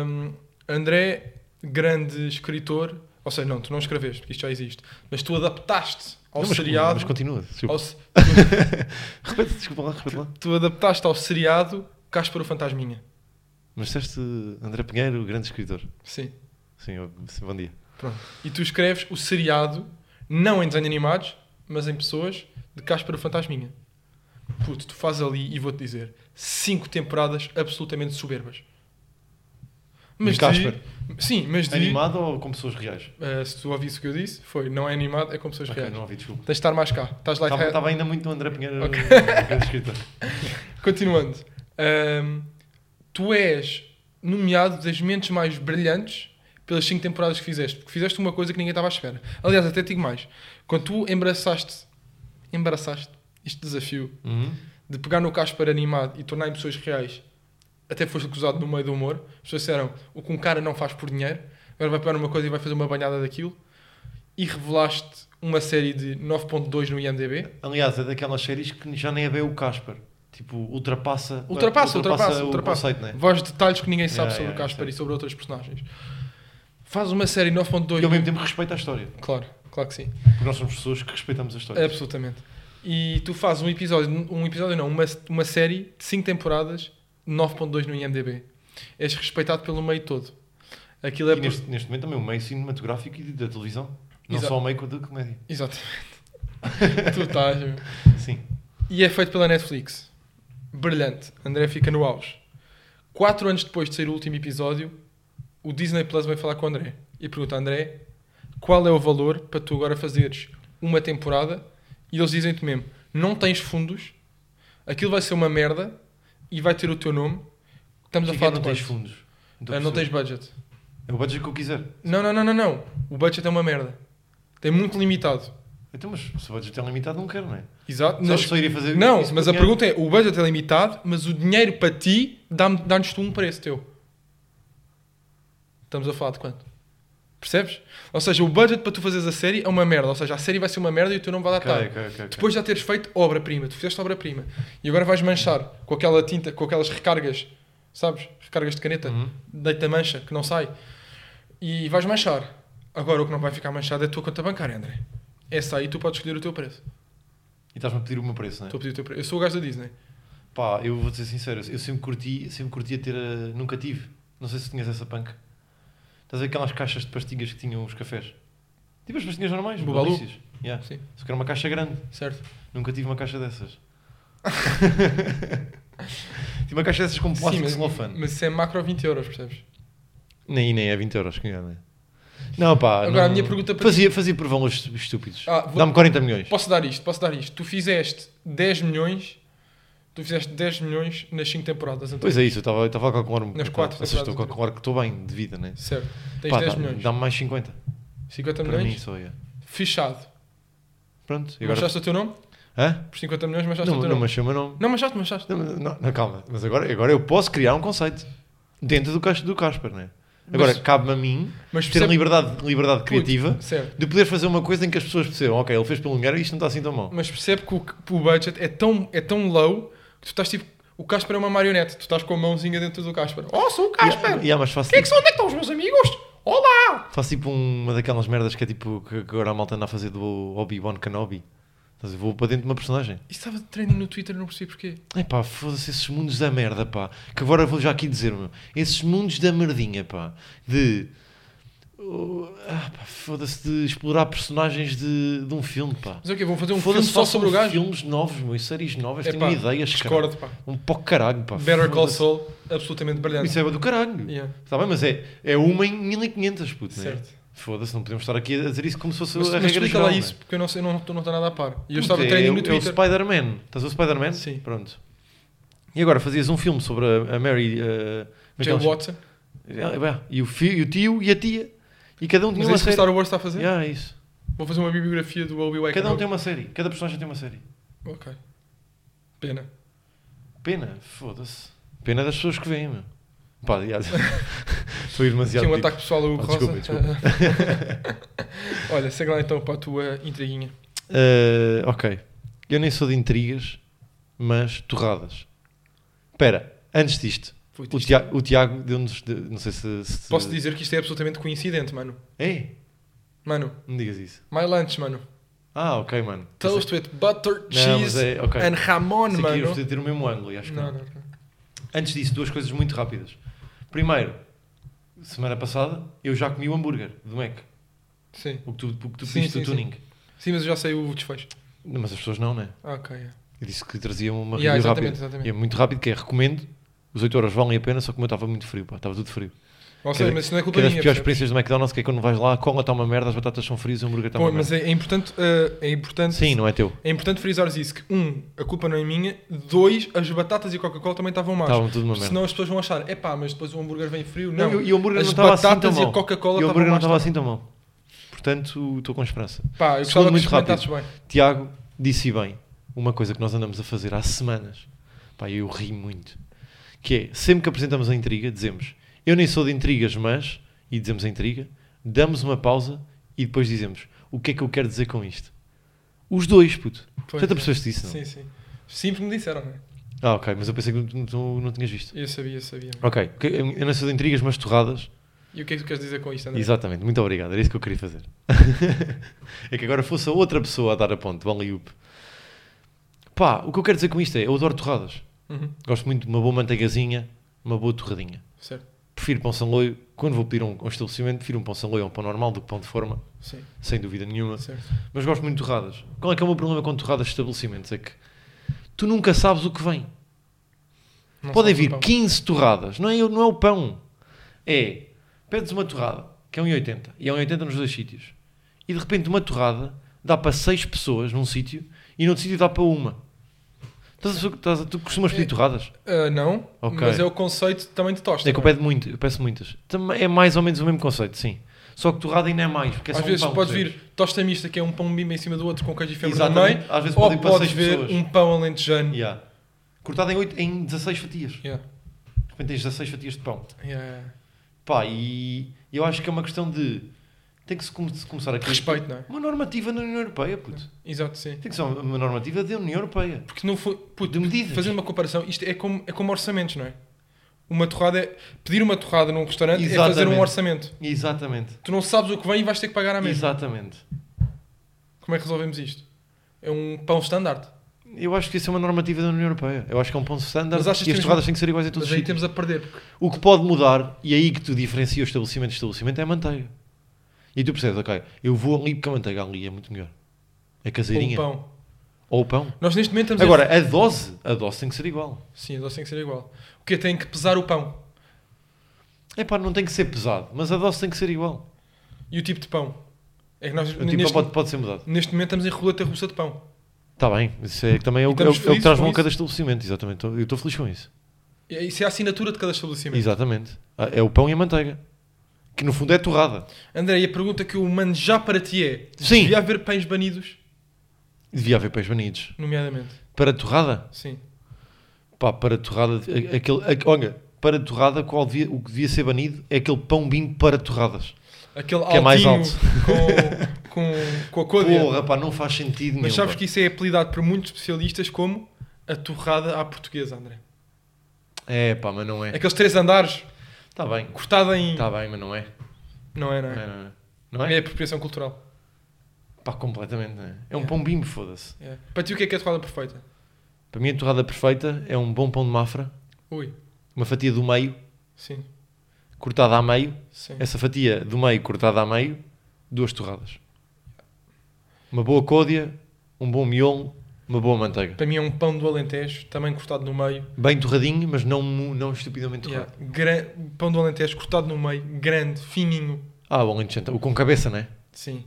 Speaker 1: hum, André, grande escritor, ou seja, não, tu não escreveste, porque isto já existe, mas tu adaptaste é, ao
Speaker 2: Não, mas-
Speaker 1: seriado.
Speaker 2: Mas continua. Desculpa.
Speaker 1: ao se-
Speaker 2: Repete, desculpa lá, repete lá.
Speaker 1: tu adaptaste ao seriado Cáspero Fantasminha.
Speaker 2: Mas disseste André Pinheiro, grande escritor.
Speaker 1: Sim,
Speaker 2: Sim, eu- sim, bom dia.
Speaker 1: pronto. E tu escreves o seriado, não em desenho animados, mas em pessoas, de Cáspero Fantasminha. Puto, tu fazes ali, e vou-te dizer, cinco temporadas absolutamente soberbas.
Speaker 2: De
Speaker 1: de-
Speaker 2: Cáspero?
Speaker 1: Sim, mas de...
Speaker 2: Animado ou com pessoas reais?
Speaker 1: Uh, se tu ouviste o que eu disse, foi não é animado, é como pessoas
Speaker 2: Ok,
Speaker 1: reais.
Speaker 2: não ouvi, desculpa.
Speaker 1: Tens de estar mais cá. Estás lá
Speaker 2: Estava, estava ainda muito no André Pinheiro,
Speaker 1: Ok.
Speaker 2: grande escritor.
Speaker 1: Continuando. Ahm, tu és nomeado das mentes mais brilhantes pelas cinco temporadas que fizeste, porque fizeste uma coisa que ninguém estava à espera. Aliás, até te digo mais. Quando tu embaraçaste, embaraçaste este desafio
Speaker 2: Uhum.
Speaker 1: de pegar no Casper animado e tornar em pessoas reais, até foste acusado no meio do humor. As pessoas disseram o que um cara não faz por dinheiro, agora vai pegar numa coisa e vai fazer uma banhada daquilo. E revelaste uma série de 9.2 no IMDb.
Speaker 2: Aliás, é daquelas séries que já nem é bem o Casper. Tipo, ultrapassa,
Speaker 1: Ultrapassa, ultrapassa,
Speaker 2: o
Speaker 1: ultrapassa.
Speaker 2: conceito, né?
Speaker 1: Vós detalhes que ninguém sabe
Speaker 2: Yeah,
Speaker 1: sobre o
Speaker 2: yeah,
Speaker 1: Casper
Speaker 2: é, sim.
Speaker 1: e sobre outras personagens. Faz uma série 9.2.
Speaker 2: E ao mesmo tempo respeita a história.
Speaker 1: Claro, claro que sim.
Speaker 2: Porque nós somos pessoas que respeitamos a
Speaker 1: É
Speaker 2: história.
Speaker 1: Absolutamente. E tu fazes um episódio, um episódio não, uma, uma série de 5 temporadas, 9.2 no IMDb. És respeitado pelo meio todo. Aquilo é
Speaker 2: E
Speaker 1: por-
Speaker 2: neste, neste momento também o meio cinematográfico e da televisão. Não
Speaker 1: Exato.
Speaker 2: só o meio quanto da comédia.
Speaker 1: Exatamente. tu estás. meu.
Speaker 2: Sim.
Speaker 1: E é feito pela Netflix. Brilhante. André fica no auge. Quatro anos depois de sair o último episódio, o Disney Plus vai falar com o André e pergunta: André, qual é o valor para tu agora fazeres uma temporada? E eles dizem-te mesmo: não tens fundos, aquilo vai ser uma merda e vai ter o teu nome. Estamos
Speaker 2: Mas
Speaker 1: a falar
Speaker 2: é não
Speaker 1: de
Speaker 2: tens
Speaker 1: quanto?
Speaker 2: fundos. estou a
Speaker 1: Ah, não tens
Speaker 2: perceber.
Speaker 1: budget.
Speaker 2: É o budget que eu quiser.
Speaker 1: Não, não, não, não, não. O budget é uma merda. Tem muito limitado.
Speaker 2: Então, mas se o budget é limitado, não quero, não é?
Speaker 1: Exato.
Speaker 2: Só,
Speaker 1: Nas-
Speaker 2: só iria fazer
Speaker 1: Não,
Speaker 2: isso
Speaker 1: mas
Speaker 2: com
Speaker 1: a
Speaker 2: dinheiro.
Speaker 1: pergunta é: o budget é limitado, mas o dinheiro para ti dá-me- dá-nos tu um preço teu. Estamos a falar de quanto? Percebes? Ou seja, o budget para tu fazeres a série é uma merda. Ou seja, a série vai ser uma merda e o teu nome vai dar
Speaker 2: Ok,
Speaker 1: tarde.
Speaker 2: ok, ok, ok.
Speaker 1: Depois de já teres feito obra-prima, tu fizeste obra-prima e agora vais manchar com aquela tinta, com aquelas recargas, sabes? Recargas de caneta,
Speaker 2: Uhum.
Speaker 1: deita mancha que não sai e vais manchar. Agora o que não vai ficar manchado é a tua conta bancária, André. Essa aí tu podes escolher o teu preço.
Speaker 2: E estás-me a pedir o meu preço, não é?
Speaker 1: Estou a pedir o teu preço. Eu sou o gajo da Disney.
Speaker 2: Pá, eu vou ser sincero, eu sempre curti, sempre curtia ter a... Nunca tive. Não sei se tinhas essa panca. Estás a ver aquelas caixas de pastilhas que tinham os cafés? Tipo as pastilhas normais,
Speaker 1: Bubalu.
Speaker 2: bolícias. Yeah.
Speaker 1: Sim,
Speaker 2: Só que era uma caixa grande.
Speaker 1: certo.
Speaker 2: Nunca tive uma caixa dessas. tive uma caixa dessas com
Speaker 1: Sim,
Speaker 2: plástico de
Speaker 1: mas,
Speaker 2: celofane.
Speaker 1: mas isso é macro 20 euros, percebes?
Speaker 2: Nem, nem é 20 euros, que engano, é. Não, pá.
Speaker 1: Agora, a
Speaker 2: não-
Speaker 1: minha pergunta para
Speaker 2: fazia, Fazia por valores estu- estúpidos.
Speaker 1: Ah, vou-
Speaker 2: Dá-me 40 milhões.
Speaker 1: Posso dar isto, posso dar isto. Tu fizeste 10 milhões, tu fizeste 10 milhões nas 5 temporadas. Então,
Speaker 2: Pois é isso, eu estava eu estava a calcular-me.
Speaker 1: Nas
Speaker 2: por
Speaker 1: quatro
Speaker 2: acaso. Ou seja, estou a
Speaker 1: temporadas.
Speaker 2: calcular que estou bem de vida, né?
Speaker 1: Certo. Tens
Speaker 2: Pá,
Speaker 1: 10
Speaker 2: dá-
Speaker 1: milhões.
Speaker 2: Dá-me mais 50.
Speaker 1: 50
Speaker 2: Para mim
Speaker 1: milhões,
Speaker 2: só, yeah.
Speaker 1: fechado.
Speaker 2: Pronto, e
Speaker 1: Agora...
Speaker 2: agora.
Speaker 1: Manchaste o teu nome?
Speaker 2: Hã?
Speaker 1: Por 50 milhões manchaste o
Speaker 2: Não,
Speaker 1: teu
Speaker 2: não
Speaker 1: nome?
Speaker 2: manchei o meu nome.
Speaker 1: Não manchaste, manchaste.
Speaker 2: Não, não, não, calma, mas agora, agora eu posso criar um conceito dentro do, cas- do Casper, né? Agora,
Speaker 1: Mas-
Speaker 2: cabe-me a mim
Speaker 1: Mas
Speaker 2: ter
Speaker 1: percebe-
Speaker 2: liberdade, liberdade criativa
Speaker 1: Puto, Certo.
Speaker 2: de poder fazer uma coisa em que as pessoas percebam, ok, ele fez pelo lugar e isto não está assim tão mal.
Speaker 1: Mas percebe que o, que o budget é tão, é tão low que tu estás tipo. O Casper é uma marionete. Tu estás com a mãozinha dentro do Casper. Oh, sou o Casper!
Speaker 2: E, e, ah, mas faço,
Speaker 1: Quem é que
Speaker 2: tipo,
Speaker 1: são? Onde é que estão os meus amigos? Olá!
Speaker 2: faço tipo uma daquelas merdas que é tipo que que agora a malta anda a fazer do Obi-Wan Kenobi. Estás a ver? Vou para dentro de uma personagem.
Speaker 1: Isso estava trending no Twitter, não percebi porquê.
Speaker 2: É pá, foda-se esses mundos da merda, pá. Que agora vou já aqui dizer, meu. Esses mundos da merdinha, pá. De. Oh, ah, pá, foda-se de explorar personagens de, de um filme, pá.
Speaker 1: Mas é o quê? Vão fazer um filme
Speaker 2: Foda-se
Speaker 1: só
Speaker 2: façam
Speaker 1: sobre o gajo?
Speaker 2: Filmes novos, meu. E séries novas.
Speaker 1: É
Speaker 2: Tenho
Speaker 1: pá,
Speaker 2: ideias, cara.
Speaker 1: Discordo, pá.
Speaker 2: Um pouco caralho, pá.
Speaker 1: Better Call
Speaker 2: Foda-se.
Speaker 1: Saul, absolutamente brilhante.
Speaker 2: Isso é do caralho.
Speaker 1: Yeah,
Speaker 2: Está bem, mas é, é uma em 1500, puto, né?
Speaker 1: certo.
Speaker 2: Foda-se, não podemos estar aqui a dizer isso como se fosse
Speaker 1: Mas,
Speaker 2: a
Speaker 1: mas
Speaker 2: regra
Speaker 1: explica
Speaker 2: geral,
Speaker 1: lá
Speaker 2: né?
Speaker 1: isso, porque eu não sei, não estou não estou nada a par. E eu
Speaker 2: Puta,
Speaker 1: estava
Speaker 2: é,
Speaker 1: training
Speaker 2: é,
Speaker 1: no
Speaker 2: o- É
Speaker 1: Twitter.
Speaker 2: o Spider-Man. Estás o Spider-Man?
Speaker 1: Sim.
Speaker 2: Pronto. E agora fazias um filme sobre a, a Mary. eh, como é que
Speaker 1: Jay
Speaker 2: ela se chama?
Speaker 1: Watson.
Speaker 2: É, bem, e, o fi- e o tio e a tia. E cada um tinha
Speaker 1: Mas é
Speaker 2: uma
Speaker 1: isso que o
Speaker 2: série.
Speaker 1: Star Wars está a fazer?
Speaker 2: Yeah, é isso.
Speaker 1: Vou fazer uma bibliografia do Obi-Wan.
Speaker 2: Cada um tem um-
Speaker 1: Kenobi.
Speaker 2: uma série. Cada personagem tem uma série.
Speaker 1: Ok. Pena.
Speaker 2: Pena, foda-se. Pena das pessoas que veem, meu. Pá, aliás. Estou a ir demasiado.
Speaker 1: Tinha um
Speaker 2: deep.
Speaker 1: ataque pessoal ao Hugo
Speaker 2: Ah,
Speaker 1: Rosa.
Speaker 2: desculpa, desculpa.
Speaker 1: Olha, segue lá então para a tua intriguinha.
Speaker 2: Eh, ok. Eu nem sou de intrigas, mas torradas. Espera, antes disto,
Speaker 1: Foi
Speaker 2: o
Speaker 1: triste.
Speaker 2: Tiago, o Tiago deu-nos. de- Não sei se. se-
Speaker 1: Posso dizer que isto é absolutamente coincidente, mano.
Speaker 2: É?
Speaker 1: Mano,
Speaker 2: Não digas isso.
Speaker 1: my lunch, mano.
Speaker 2: Ah, ok, mano.
Speaker 1: Toast with butter,
Speaker 2: Não, mas
Speaker 1: cheese
Speaker 2: é- ok.
Speaker 1: and jamon,
Speaker 2: Pensei que
Speaker 1: mano.
Speaker 2: íamos ter- ter o mesmo ângulo, e acho que
Speaker 1: Não,
Speaker 2: não.
Speaker 1: não, não.
Speaker 2: Antes disso, duas coisas muito rápidas. Primeiro, semana passada, eu já comi o hambúrguer do Mac.
Speaker 1: Sim.
Speaker 2: O que tu, o que tu
Speaker 1: Sim,
Speaker 2: pediste
Speaker 1: sim,
Speaker 2: do
Speaker 1: sim.
Speaker 2: tuning.
Speaker 1: Sim, mas eu já sei o desfecho.
Speaker 2: Não, mas as pessoas não, né?
Speaker 1: Ah, ok. yeah.
Speaker 2: Eu disse que trazia uma
Speaker 1: Yeah,
Speaker 2: review
Speaker 1: exatamente,
Speaker 2: rápida.
Speaker 1: exatamente.
Speaker 2: E é muito rápido, que é recomendo. Os 8 horas valem a pena, só que o meu estava muito frio, pá. Estava tudo frio.
Speaker 1: Ou
Speaker 2: Que era-
Speaker 1: seja, mas isso não é
Speaker 2: que
Speaker 1: culpa
Speaker 2: era as
Speaker 1: minha.
Speaker 2: piores
Speaker 1: percebes?
Speaker 2: experiências do McDonald's, que é quando vais lá, a cola está uma merda, as batatas são frias e o hambúrguer está uma
Speaker 1: Pô,
Speaker 2: merda.
Speaker 1: mas é, é importante, uh, é importante
Speaker 2: Sim, não é teu.
Speaker 1: É importante frisares isso, que um, a culpa não é minha, dois, as batatas e a Coca-Cola também estavam más.
Speaker 2: Estava tudo uma merda.
Speaker 1: Senão as pessoas vão achar, epá, mas depois o hambúrguer vem frio.
Speaker 2: Não,
Speaker 1: Não,
Speaker 2: e o hambúrguer
Speaker 1: as
Speaker 2: não estava assim tão
Speaker 1: batatas
Speaker 2: mal.
Speaker 1: e a Coca-Cola
Speaker 2: e o hambúrguer não
Speaker 1: estavam
Speaker 2: estava
Speaker 1: más.
Speaker 2: assim tão mal. Portanto, estou com esperança.
Speaker 1: Pá, eu gostava
Speaker 2: Segundo,
Speaker 1: que
Speaker 2: muito rápido.
Speaker 1: experimentasses bem.
Speaker 2: Tiago disse bem uma coisa que nós andamos a fazer há semanas. Pá, eu ri muito. Que é, sempre que apresentamos a intriga, dizemos eu nem sou de intrigas, mas, e dizemos a intriga, damos uma pausa e depois dizemos o que é que eu quero dizer com isto. Os dois, puto.
Speaker 1: Pois,
Speaker 2: Já te
Speaker 1: é.
Speaker 2: percebeste disso, não?
Speaker 1: Sim, sim. Sempre me disseram, né?
Speaker 2: Ah, ok, mas eu pensei que tu, tu não tinhas visto.
Speaker 1: Eu sabia, eu sabia.
Speaker 2: Ok, que- eu não sou de intrigas, mas torradas.
Speaker 1: E o que é que tu queres dizer com isto, André?
Speaker 2: Exatamente, muito obrigado, era isso que eu queria fazer. é que agora fosse a outra pessoa a dar a ponte, bom liup. Pá, o que eu quero dizer com isto é, eu adoro torradas.
Speaker 1: Uhum,
Speaker 2: Gosto muito de uma boa manteigazinha, uma boa torradinha.
Speaker 1: certo,
Speaker 2: Prefiro pão sem loio, quando vou pedir a um, a um estabelecimento, prefiro um pão sem loio ou um pão normal do que pão de forma,
Speaker 1: sim,
Speaker 2: sem dúvida nenhuma.
Speaker 1: certo.
Speaker 2: Mas gosto muito de torradas. Qual é que é o meu problema com torradas de estabelecimentos? É que tu nunca sabes o que vem.
Speaker 1: Não
Speaker 2: Podem
Speaker 1: sabes o
Speaker 2: vir
Speaker 1: pão.
Speaker 2: 15 torradas, não é, não é o pão. É, pedes uma torrada, que é 1,80, e é 1,80 nos dois sítios. E de repente uma torrada dá para 6 pessoas num sítio e no outro sítio dá para uma. Estás a- estás a- tu costumas pedir
Speaker 1: É.
Speaker 2: torradas?
Speaker 1: Ah, não,
Speaker 2: Ok.
Speaker 1: mas é o conceito também de tosta.
Speaker 2: É que eu
Speaker 1: não é?
Speaker 2: peço, muito, eu peço muitas. Também É mais ou menos o mesmo conceito, sim. Só que torrada ainda é mais, porque é só
Speaker 1: Às
Speaker 2: um
Speaker 1: vezes
Speaker 2: pão,
Speaker 1: pode
Speaker 2: percebes?
Speaker 1: vir tosta mista, que é um pão bimba em cima do outro com queijo e fêmea no meio.
Speaker 2: Exatamente. Às vezes pode
Speaker 1: Ou
Speaker 2: ir para
Speaker 1: podes
Speaker 2: 6
Speaker 1: ver
Speaker 2: pessoas.
Speaker 1: um pão alentejano.
Speaker 2: Yeah. Cortado em, 8, em 16 fatias. De
Speaker 1: Yeah.
Speaker 2: repente tens 16 fatias de pão.
Speaker 1: Yeah, yeah.
Speaker 2: Pá, e eu acho que é uma questão de. Tem que se come- se começar a
Speaker 1: Respeito, não é?
Speaker 2: Uma normativa da União Europeia, puto.
Speaker 1: Exato, sim.
Speaker 2: Tem que ser uma uma normativa da União Europeia.
Speaker 1: Porque não foi. puto,
Speaker 2: De medidas.
Speaker 1: fazendo uma comparação, isto é como, é como orçamentos, não é? Uma torrada é. Pedir uma torrada num restaurante é fazer
Speaker 2: Exatamente.
Speaker 1: um orçamento.
Speaker 2: Exatamente.
Speaker 1: Tu não sabes o que vem e vais ter que pagar à mesa.
Speaker 2: Exatamente.
Speaker 1: Como é que resolvemos isto? É um pão standard.
Speaker 2: Eu acho que isso é uma normativa da União Europeia. Eu acho que é um ponto standard
Speaker 1: Mas achas
Speaker 2: e
Speaker 1: que
Speaker 2: as
Speaker 1: temos-
Speaker 2: torradas têm que ser iguais em todos
Speaker 1: Mas
Speaker 2: os
Speaker 1: aí
Speaker 2: sítios.
Speaker 1: temos a perder. Porque...
Speaker 2: O que pode mudar, e é aí que tu diferencia o estabelecimento de estabelecimento, é a manteiga. E tu percebes, ok, eu vou ali porque a manteiga ali é muito melhor. É
Speaker 1: Ou o
Speaker 2: caseirinha.
Speaker 1: um pão.
Speaker 2: Ou o pão.
Speaker 1: Nós neste momento estamos. a-
Speaker 2: Agora, a dose, a dose tem que ser igual.
Speaker 1: Sim, a doce tem que ser igual. O que Tem que pesar o pão.
Speaker 2: É pá, não tem que ser pesado, mas a dose tem que ser igual.
Speaker 1: E o tipo de pão. É que nós.
Speaker 2: O tipo
Speaker 1: neste...
Speaker 2: pode, pode ser mudado.
Speaker 1: neste momento estamos em roleta russa de pão.
Speaker 2: Está bem, isso é que também é o,
Speaker 1: E
Speaker 2: é o- é o
Speaker 1: estamos
Speaker 2: que
Speaker 1: felizes
Speaker 2: traz
Speaker 1: com
Speaker 2: bom a
Speaker 1: isso.
Speaker 2: cada estabelecimento, exatamente. Eu estou feliz com isso.
Speaker 1: E Isso é a assinatura de cada estabelecimento.
Speaker 2: Exatamente. Ah, É o pão e a manteiga. Que no fundo é torrada.
Speaker 1: André, e a pergunta que eu mando já para ti é:
Speaker 2: Sim.
Speaker 1: devia haver pães banidos?
Speaker 2: Devia haver pães banidos.
Speaker 1: Nomeadamente.
Speaker 2: Para torrada?
Speaker 1: Sim.
Speaker 2: Pá, para torrada. a- Aquele, a- olha, para torrada, qual devia- o que devia ser banido é aquele pão bimbo para torradas.
Speaker 1: Aquele
Speaker 2: Que é mais
Speaker 1: altinho Com, com, com a côdea.
Speaker 2: Porra, pá, não faz sentido nenhum.
Speaker 1: Mas sabes
Speaker 2: pá.
Speaker 1: que isso é apelidado por muitos especialistas como a torrada à portuguesa, André.
Speaker 2: É, pá, mas não é.
Speaker 1: Aqueles três andares,
Speaker 2: Está bem.
Speaker 1: cortada em.
Speaker 2: Está bem, mas não é.
Speaker 1: Não é, não
Speaker 2: Não
Speaker 1: é?
Speaker 2: é, não é. Não
Speaker 1: É
Speaker 2: é?
Speaker 1: apropriação cultural.
Speaker 2: Pá, completamente não é. É um
Speaker 1: É.
Speaker 2: pão bimbo, foda-se.
Speaker 1: É. Para ti, o que é que é a torrada perfeita?
Speaker 2: Para mim, a torrada perfeita é um bom pão de mafra,
Speaker 1: Ui,
Speaker 2: uma fatia do meio,
Speaker 1: sim,
Speaker 2: cortada a meio,
Speaker 1: sim.
Speaker 2: essa fatia do meio cortada a meio, duas torradas. Uma boa côdea, um bom miolo, uma boa manteiga.
Speaker 1: Para mim é um pão do Alentejo, também cortado no meio.
Speaker 2: Bem torradinho, mas não, mu- não estupidamente
Speaker 1: Yeah.
Speaker 2: torrado.
Speaker 1: Gran- Pão do Alentejo cortado no meio, grande, fininho,
Speaker 2: Ah, bom, enchanta. O com cabeça, né?
Speaker 1: Sim.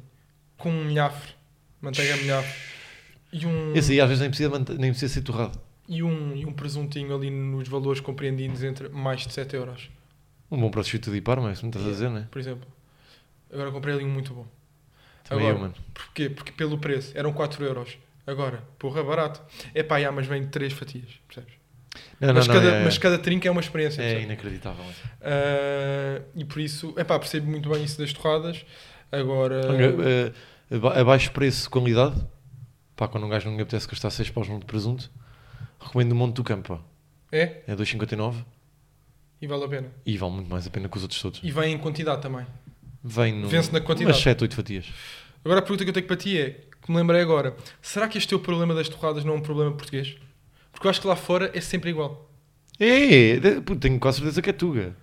Speaker 1: Com um milhafre. Manteiga milhafre. E um,
Speaker 2: Esse aí é- às vezes nem precisa, mante- nem precisa ser torrado.
Speaker 1: e, um, e um presuntinho ali nos valores compreendidos entre mais de 7 euros,
Speaker 2: Um bom prosciutto de parma, isso não estás a dizer, né?
Speaker 1: por exemplo. Agora comprei ali um muito É bom.
Speaker 2: Também
Speaker 1: Agora,
Speaker 2: eu, mano.
Speaker 1: Porquê? Porque pelo preço eram 4 euros. Agora, porra, barato. É pá, mas vem 3 fatias, percebes?
Speaker 2: Não, não,
Speaker 1: mas,
Speaker 2: não,
Speaker 1: cada,
Speaker 2: é,
Speaker 1: mas cada trinca é uma experiência,
Speaker 2: é
Speaker 1: percebes?
Speaker 2: inacreditável. mano.
Speaker 1: Ah, e por isso, é pá, percebo muito bem isso das torradas. Agora,
Speaker 2: Olha, eh, aba- a baixo preço, qualidade. Pá, quando um gajo não lhe apetece gastar 6 paus num de presunto, recomendo o Monte do Campo, pá.
Speaker 1: É?
Speaker 2: É 2,59
Speaker 1: E vale a pena.
Speaker 2: e vale muito mais a pena que os outros todos.
Speaker 1: E vem em quantidade também.
Speaker 2: Vem no,
Speaker 1: Vence na quantidade.
Speaker 2: umas 7, 8 fatias.
Speaker 1: Agora a pergunta que eu tenho para ti é, que me lembrei agora, será que este teu problema das torradas não é um problema português? Porque eu acho que lá fora é sempre igual.
Speaker 2: É, de- puto, tenho quase certeza que é Tuga.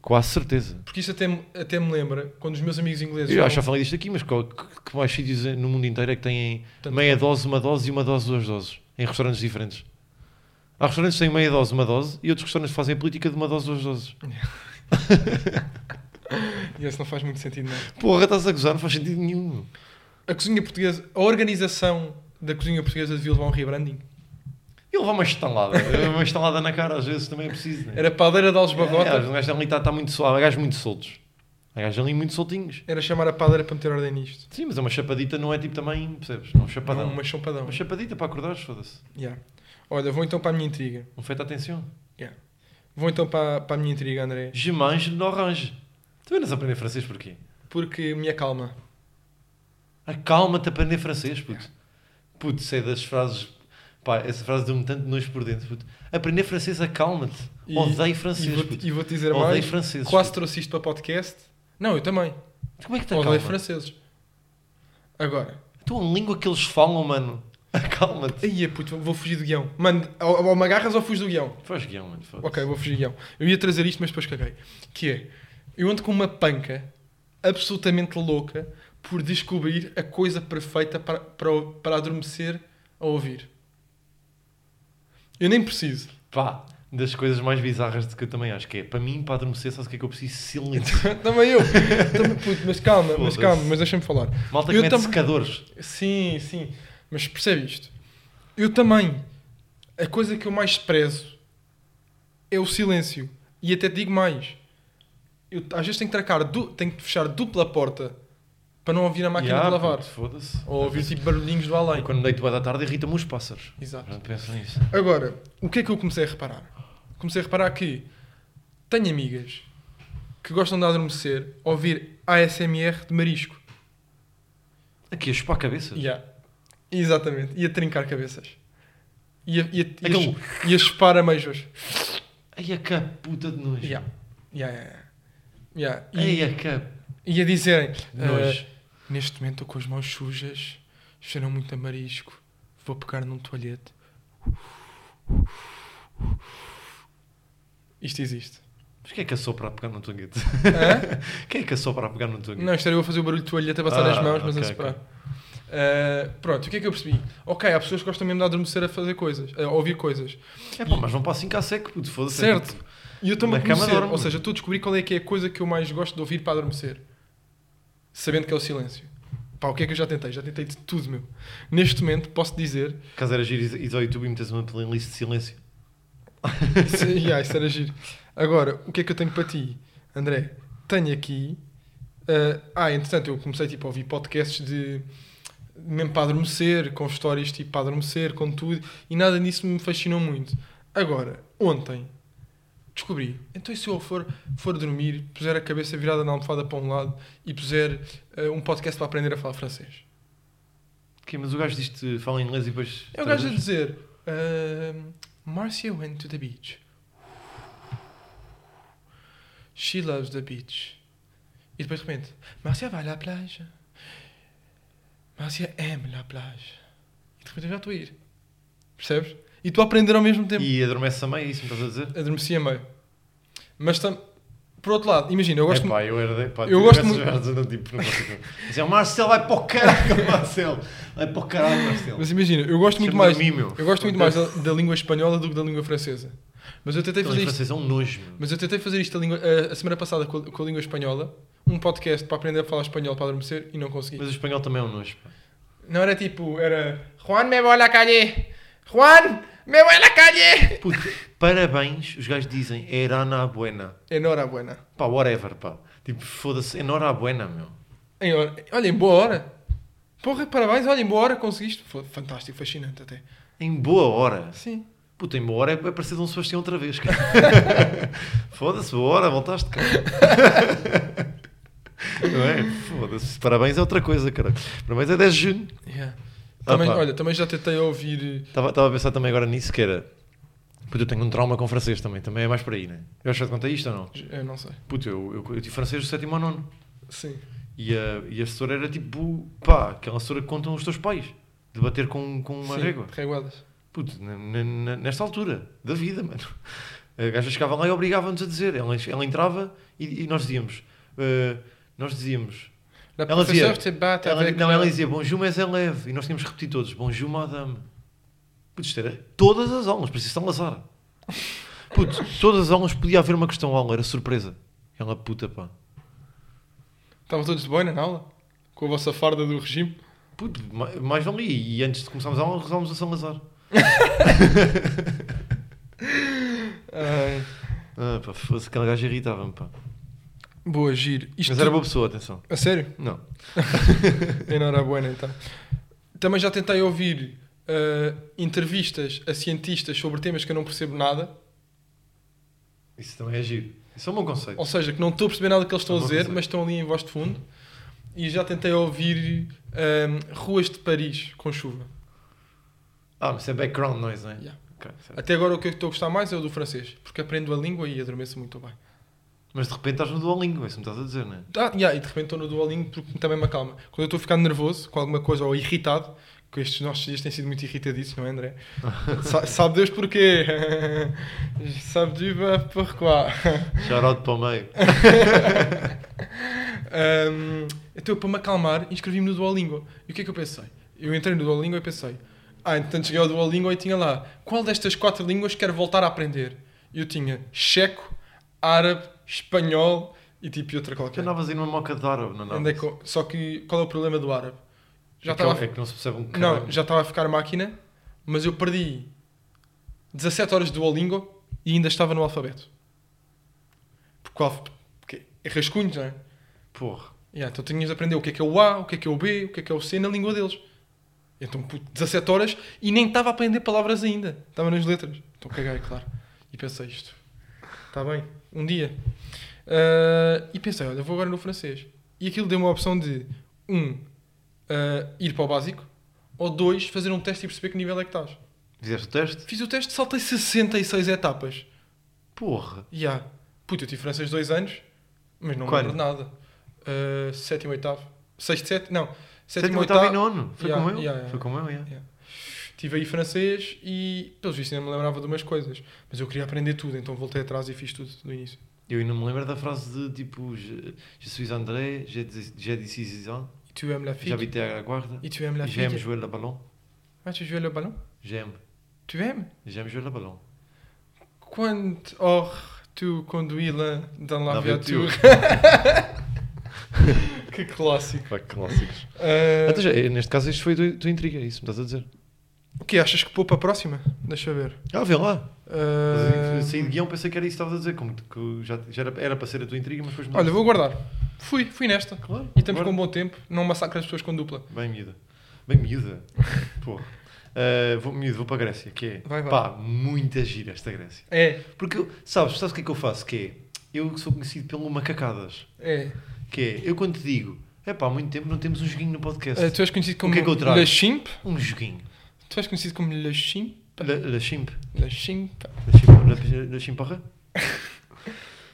Speaker 2: Quase certeza.
Speaker 1: Porque isso até, me- até me lembra, quando os meus amigos ingleses...
Speaker 2: Eu
Speaker 1: falam-
Speaker 2: acho que já falei disto aqui, mas qual- que, que mais sítios no mundo inteiro é que têm
Speaker 1: Tanto.
Speaker 2: meia dose, uma dose e uma dose, duas doses? Em restaurantes diferentes. Há restaurantes que têm meia dose, uma dose e outros restaurantes que fazem a política de uma dose, duas doses.
Speaker 1: E isso não faz muito sentido, não é?
Speaker 2: Porra, estás a gozar, não faz sentido nenhum.
Speaker 1: A cozinha portuguesa, a organização da cozinha portuguesa devia levar um rebranding.
Speaker 2: E levar uma estalada. uma estalada na cara às vezes também é preciso. Né?
Speaker 1: Era padeira de Alves
Speaker 2: É, às vezes
Speaker 1: Barrota,
Speaker 2: um gajo ali está tá muito solto. Há gajos muito soltos. Há gajos ali muito soltinhos.
Speaker 1: era chamar a padeira para meter ordem nisto.
Speaker 2: Sim, mas é uma chapadita, não é tipo também, percebes? Não, um chapadão.
Speaker 1: Não, Uma champadão.
Speaker 2: Uma chapadita para acordares, foda-se.
Speaker 1: Yeah. Olha, vou então para a minha intriga.
Speaker 2: Um feito de atenção.
Speaker 1: Yeah. Vou então para, para a minha intriga, André.
Speaker 2: Gemange no orange. Tu andas a aprender francês porquê?
Speaker 1: Porque me acalma.
Speaker 2: Acalma-te a aprender francês, puto. Puto, sei das frases. Pá, essa frase deu-me tanto nojo por dentro, puto. Aprender francês, acalma-te.
Speaker 1: E-
Speaker 2: Odeio francês,
Speaker 1: E vou-
Speaker 2: puto.
Speaker 1: e vou-te dizer
Speaker 2: Odeio
Speaker 1: mais.
Speaker 2: franceses.
Speaker 1: Quase trouxe isto para podcast. Não, eu também.
Speaker 2: puto. Como é que te
Speaker 1: Odeio
Speaker 2: acalma?
Speaker 1: franceses. Agora.
Speaker 2: Então a língua que eles falam, mano. Acalma-te.
Speaker 1: Aí, puto, vou fugir do guião. Mano, ou, ou me agarras ou fuges do guião?
Speaker 2: Faz guião, mano. foda-se.
Speaker 1: Ok, vou fugir do guião. Eu ia trazer isto, mas depois caguei. Que é, eu ando com uma panca absolutamente louca por descobrir a coisa perfeita para, para, o- para adormecer a ouvir. Eu nem preciso.
Speaker 2: Pá, das coisas mais bizarras de que eu também acho que é. Para mim, para adormecer, sabes o que é que eu preciso? Silêncio.
Speaker 1: Também eu. Também, puto, mas calma, mas
Speaker 2: Foda-se.
Speaker 1: calma, mas deixa-me falar.
Speaker 2: Malta que
Speaker 1: Eu
Speaker 2: mete
Speaker 1: tam-
Speaker 2: secadores.
Speaker 1: Sim, sim. Mas percebe isto. Eu também. A coisa que eu mais prezo é o silêncio. E até te digo mais. Eu às vezes tenho que, trancar du- tenho que fechar dupla porta para não ouvir a máquina
Speaker 2: Ya,
Speaker 1: de lavar.
Speaker 2: puto, Foda-se.
Speaker 1: Ou ouvir tipo barulhinhos do além.
Speaker 2: Eu Quando me deito bué da tarde, irritam-me os pássaros.
Speaker 1: Exato.
Speaker 2: Não penso nisso.
Speaker 1: Agora, o que é que eu comecei a reparar? Comecei a reparar que tenho amigas que gostam de adormecer ouvir ASMR de marisco.
Speaker 2: Aqui, a chupar cabeças.
Speaker 1: Yeah. Exatamente. Ia trincar cabeças. Ia, ia, ia,
Speaker 2: Aquele-
Speaker 1: ia chupar ameijos.
Speaker 2: Ai, a caputa de nojo.
Speaker 1: Yeah. Yeah, yeah, yeah. Yeah.
Speaker 2: Ai, a cap...
Speaker 1: E, ia dizerem: "Ah,
Speaker 2: Nojo.
Speaker 1: Neste momento estou com as mãos sujas, cheiram muito a marisco. Vou pegar num toalhete. Isto existe.
Speaker 2: Mas quem é que assopra a pegar no tonguete?
Speaker 1: Hã?
Speaker 2: Quem é que assopra a pegar no tonguete?
Speaker 1: Não, estaria eu a fazer o barulho de toalhete a bater
Speaker 2: Ah,
Speaker 1: as mãos, mas a
Speaker 2: ok,
Speaker 1: soprar.
Speaker 2: ok.
Speaker 1: Ah, pronto, o que é que eu percebi? Ok, há pessoas que gostam mesmo de adormecer a fazer coisas, a ouvir coisas.
Speaker 2: É pá, mas vão para assim cá seco, puto, foda-se. é tipo,
Speaker 1: Certo. E eu estou-me a
Speaker 2: Na cama
Speaker 1: conhecer,
Speaker 2: dorme.
Speaker 1: ou seja, estou a descobrir qual é que é a coisa que eu mais gosto de ouvir para adormecer. Sabendo que é o silêncio. Pá, o que é que eu já tentei? Já tentei de tudo, meu. Neste momento, posso dizer...
Speaker 2: Caso era giro, ires ao YouTube e metes uma playlist de silêncio.
Speaker 1: se, yeah, isso era giro. Agora, o que é que eu tenho para ti, André? Tenho aqui... ah, ah, entretanto, eu comecei tipo, a ouvir podcasts de... Mesmo para adormecer, com histórias tipo para adormecer, com tudo. E nada disso me fascinou muito. Agora, ontem, descobri. Então, e se eu for, for dormir, puser a cabeça virada na almofada para um lado e puser eh, um podcast para aprender a falar francês?
Speaker 2: Ok, mas o gajo diz-te, fala em inglês e depois...
Speaker 1: É o gajo a dizer: ehm, Marcia went to the beach. She loves the beach. E depois de repente: Marcia vai à plage. Marcia ama la plage. E de repente eu já estou a ir. Percebes? E tu a aprender ao mesmo tempo.
Speaker 2: E adormece a meio, é isso que me estás a dizer?
Speaker 1: Adormeci a meio. Mas tam... por outro lado, imagina, eu gosto
Speaker 2: é pá, eu era... Pá,
Speaker 1: eu
Speaker 2: tu
Speaker 1: gosto
Speaker 2: tivesses
Speaker 1: muito-
Speaker 2: gajos andando, tipo, não consigo. Mas é o Marcelo, vai para o caralho, Marcelo. Vai para o caralho, Marcelo.
Speaker 1: Mas imagina, eu gosto muito
Speaker 2: Deixa-me
Speaker 1: mais.
Speaker 2: dormir, é meu.
Speaker 1: Eu gosto muito mais da, da língua espanhola do que da língua francesa. Mas eu tentei
Speaker 2: Então,
Speaker 1: fazer
Speaker 2: em
Speaker 1: isto.
Speaker 2: francês é um nojo, meu.
Speaker 1: Mas eu tentei fazer isto a, língua- a- a semana passada com a, com a língua espanhola, um podcast para aprender a falar espanhol para adormecer e não consegui.
Speaker 2: Mas o espanhol também é um nojo, pá.
Speaker 1: Não era tipo, era Juan me voy a la calle! Juan me voy a la calle!
Speaker 2: Puto, parabéns, os gajos dizem, era na buena.
Speaker 1: Enhorabuena.
Speaker 2: Pá, whatever, pá. Tipo, foda-se, enhorabuena, meu.
Speaker 1: Em hora- Olha, em boa hora. Porra, parabéns, olha, em boa hora conseguiste. Foi fantástico, fascinante até.
Speaker 2: Em boa hora.
Speaker 1: Sim.
Speaker 2: Puta, em boa hora é é parecido a um Sebastião outra vez, cara. Foda-se, boa hora, voltaste, cara. Não é? Foda-se. Parabéns é outra coisa, cara. Parabéns é 10 de junho.
Speaker 1: Yeah. Também,
Speaker 2: Opa.
Speaker 1: olha, também já tentei ouvir.
Speaker 2: Estava a pensar também agora nisso, que era... Puto, eu tenho um trauma com francês também, também é mais para aí, né? Eu já te contei isto ou não?
Speaker 1: Eu eh, não sei.
Speaker 2: Puto, eu, eu, eu tive francês do sétimo ao nono.
Speaker 1: Sim.
Speaker 2: E a, e a assessora era tipo, pá, aquela assessora que contam os teus pais. De bater com, com uma
Speaker 1: Sim,
Speaker 2: régua.
Speaker 1: Reguadas.
Speaker 2: Puto, na- na- na- nesta altura da vida, mano. A gaja chegava lá e obrigava-nos a dizer. Ela, ela entrava e, e nós dizíamos. eh, nós dizíamos.
Speaker 1: La
Speaker 2: Ela dizia-
Speaker 1: professeur te bat
Speaker 2: ela-
Speaker 1: avec
Speaker 2: não, ela dizia bonjour, mas é leve. E nós tínhamos que repetir todos: bonjour, madame. Puto, isto era todas as aulas, parecia São Lazar. Puto, todas as aulas podia haver uma questão aula, era surpresa. Ela puta, pá.
Speaker 1: Estavam todos de boina na aula? Com a vossa farda do regime?
Speaker 2: Puto, ma- mais não li. E antes de começarmos a aula, rezámos a São Lazar.
Speaker 1: Ai,
Speaker 2: Ah, pá, foda-se, aquela gaja irritava-me, pá.
Speaker 1: boa, giro. Isto
Speaker 2: Mas era boa pessoa, atenção.
Speaker 1: A sério?
Speaker 2: Não.
Speaker 1: Eu não era buena, então. Também já tentei ouvir ah, entrevistas a cientistas sobre temas que eu não percebo nada.
Speaker 2: Isso também é giro. Isso é um bom conceito.
Speaker 1: Ou seja, que não estou a perceber nada que eles estão a
Speaker 2: Não vou
Speaker 1: dizer,
Speaker 2: dizer.
Speaker 1: mas estão ali em voz de fundo. E já tentei ouvir hum, ruas de Paris com chuva.
Speaker 2: Ah, mas é background noise, não é?
Speaker 1: Yeah.
Speaker 2: Ok, certo.
Speaker 1: Até agora o que eu estou a gostar mais é o do francês, porque aprendo a língua e adormeço muito bem.
Speaker 2: Mas de repente estás no Duolingo, é isso que me estás a dizer, não é?
Speaker 1: Ah, yeah, e de repente estou no Duolingo porque também me acalma. Quando eu estou a ficar nervoso com alguma coisa ou irritado, que estes nossos dias têm sido muito irritadiços, não é, André? Sa- sabe Deus porquê? sabe Deus porquê?
Speaker 2: Charote para o meio.
Speaker 1: Ahm, então, eu, para me acalmar, inscrevi-me no Duolingo. E o que é que eu pensei? Eu entrei no Duolingo e pensei: Ah, entretanto cheguei ao Duolingo e tinha lá qual destas quatro línguas quero voltar a aprender? E eu tinha checo, árabe, espanhol e tipo outra
Speaker 2: Tu
Speaker 1: qualquer.
Speaker 2: andavas aí numa moca de árabe, não andavas?
Speaker 1: Andei com- Só é que qual é o problema do árabe? Já
Speaker 2: é, que,
Speaker 1: estava a
Speaker 2: é que não se percebe um
Speaker 1: não,
Speaker 2: caralho.
Speaker 1: já estava a ficar máquina, mas eu perdi 17 horas de Duolingo e ainda estava no alfabeto. Porque, o alfa- porque é rascunhos, não é?
Speaker 2: Porra.
Speaker 1: Yeah, então tinhas de aprender o que é que é o A, o que é que é o B, o que é que é o C na língua deles. Então, puto, 17 horas e nem estava a aprender palavras ainda. Estava nas letras. Então caguei, claro. E pensei isto. Está bem, um dia. Ah, e pensei, olha, vou agora no francês. E aquilo deu-me a opção de, um, ah, ir para o básico, ou dois, fazer um teste e perceber que nível é que estás.
Speaker 2: Fizeste o teste?
Speaker 1: Fiz o teste, saltei 66 etapas.
Speaker 2: Porra.
Speaker 1: E há, puto, eu tive francês dois anos, mas não me
Speaker 2: Quando?
Speaker 1: lembro de nada. Ah, sétimo, oitavo. Sexto, sétimo, não. Sétimo,
Speaker 2: Sétimo, oitavo e
Speaker 1: oitavo.
Speaker 2: nono. Foi
Speaker 1: Yeah,
Speaker 2: como eu?
Speaker 1: yeah, yeah.
Speaker 2: Foi como eu, yeah.
Speaker 1: Tive aí francês e, pelos vistos, ainda me lembrava de umas coisas. Mas eu queria aprender tudo, então voltei atrás e fiz tudo do início.
Speaker 2: Eu ainda me lembro da frase de tipo Je, je suis André, j'ai 16 ans,
Speaker 1: E tu aimes la fille?
Speaker 2: j'habite à la guarda,
Speaker 1: E tu aimes la
Speaker 2: j'aime
Speaker 1: fille?
Speaker 2: jouer le ballon,
Speaker 1: Ah, tu joues le ballon?
Speaker 2: j'aime,
Speaker 1: Tu aimes?
Speaker 2: j'aime jouer le ballon.
Speaker 1: Quand or tu conduis la, dans la
Speaker 2: La
Speaker 1: voiture? que clássico.
Speaker 2: Pá, que clássicos.
Speaker 1: Ah,
Speaker 2: Então, já, eh, neste caso, isto foi a tua intriga, é isso que me estás a dizer.
Speaker 1: o que achas que pôr para a próxima? Deixa eu ver.
Speaker 2: Ah, vê lá.
Speaker 1: Ah,
Speaker 2: Mas, Saí de guião, pensei que era isso que estavas a dizer, como que já, já era, era para ser a tua intriga, mas depois
Speaker 1: Olha, vou guardar. Fui, fui nesta.
Speaker 2: Claro,
Speaker 1: E estamos
Speaker 2: agora-
Speaker 1: com um bom tempo. Não massacra as pessoas com dupla.
Speaker 2: Bem miúda. Bem miúda. Porra. Uh, vou, miúdo, vou para a Grécia, que é.
Speaker 1: Vai, vai.
Speaker 2: Pá, muita gira esta Grécia.
Speaker 1: É,
Speaker 2: Porque, eu- sabes, sabes o que é que eu faço? Que é. Eu sou conhecido pelo macacadas.
Speaker 1: é.
Speaker 2: Que é. Eu quando te digo. É pá, há muito tempo não temos um joguinho no podcast.
Speaker 1: Ah, tu és conhecido como
Speaker 2: que é que eu trago?
Speaker 1: Le Chimp.
Speaker 2: Um joguinho.
Speaker 1: Tu és conhecido como Le Chimp.
Speaker 2: La, la chimp.
Speaker 1: Le Chimp.
Speaker 2: La chimp. La, la chimparra.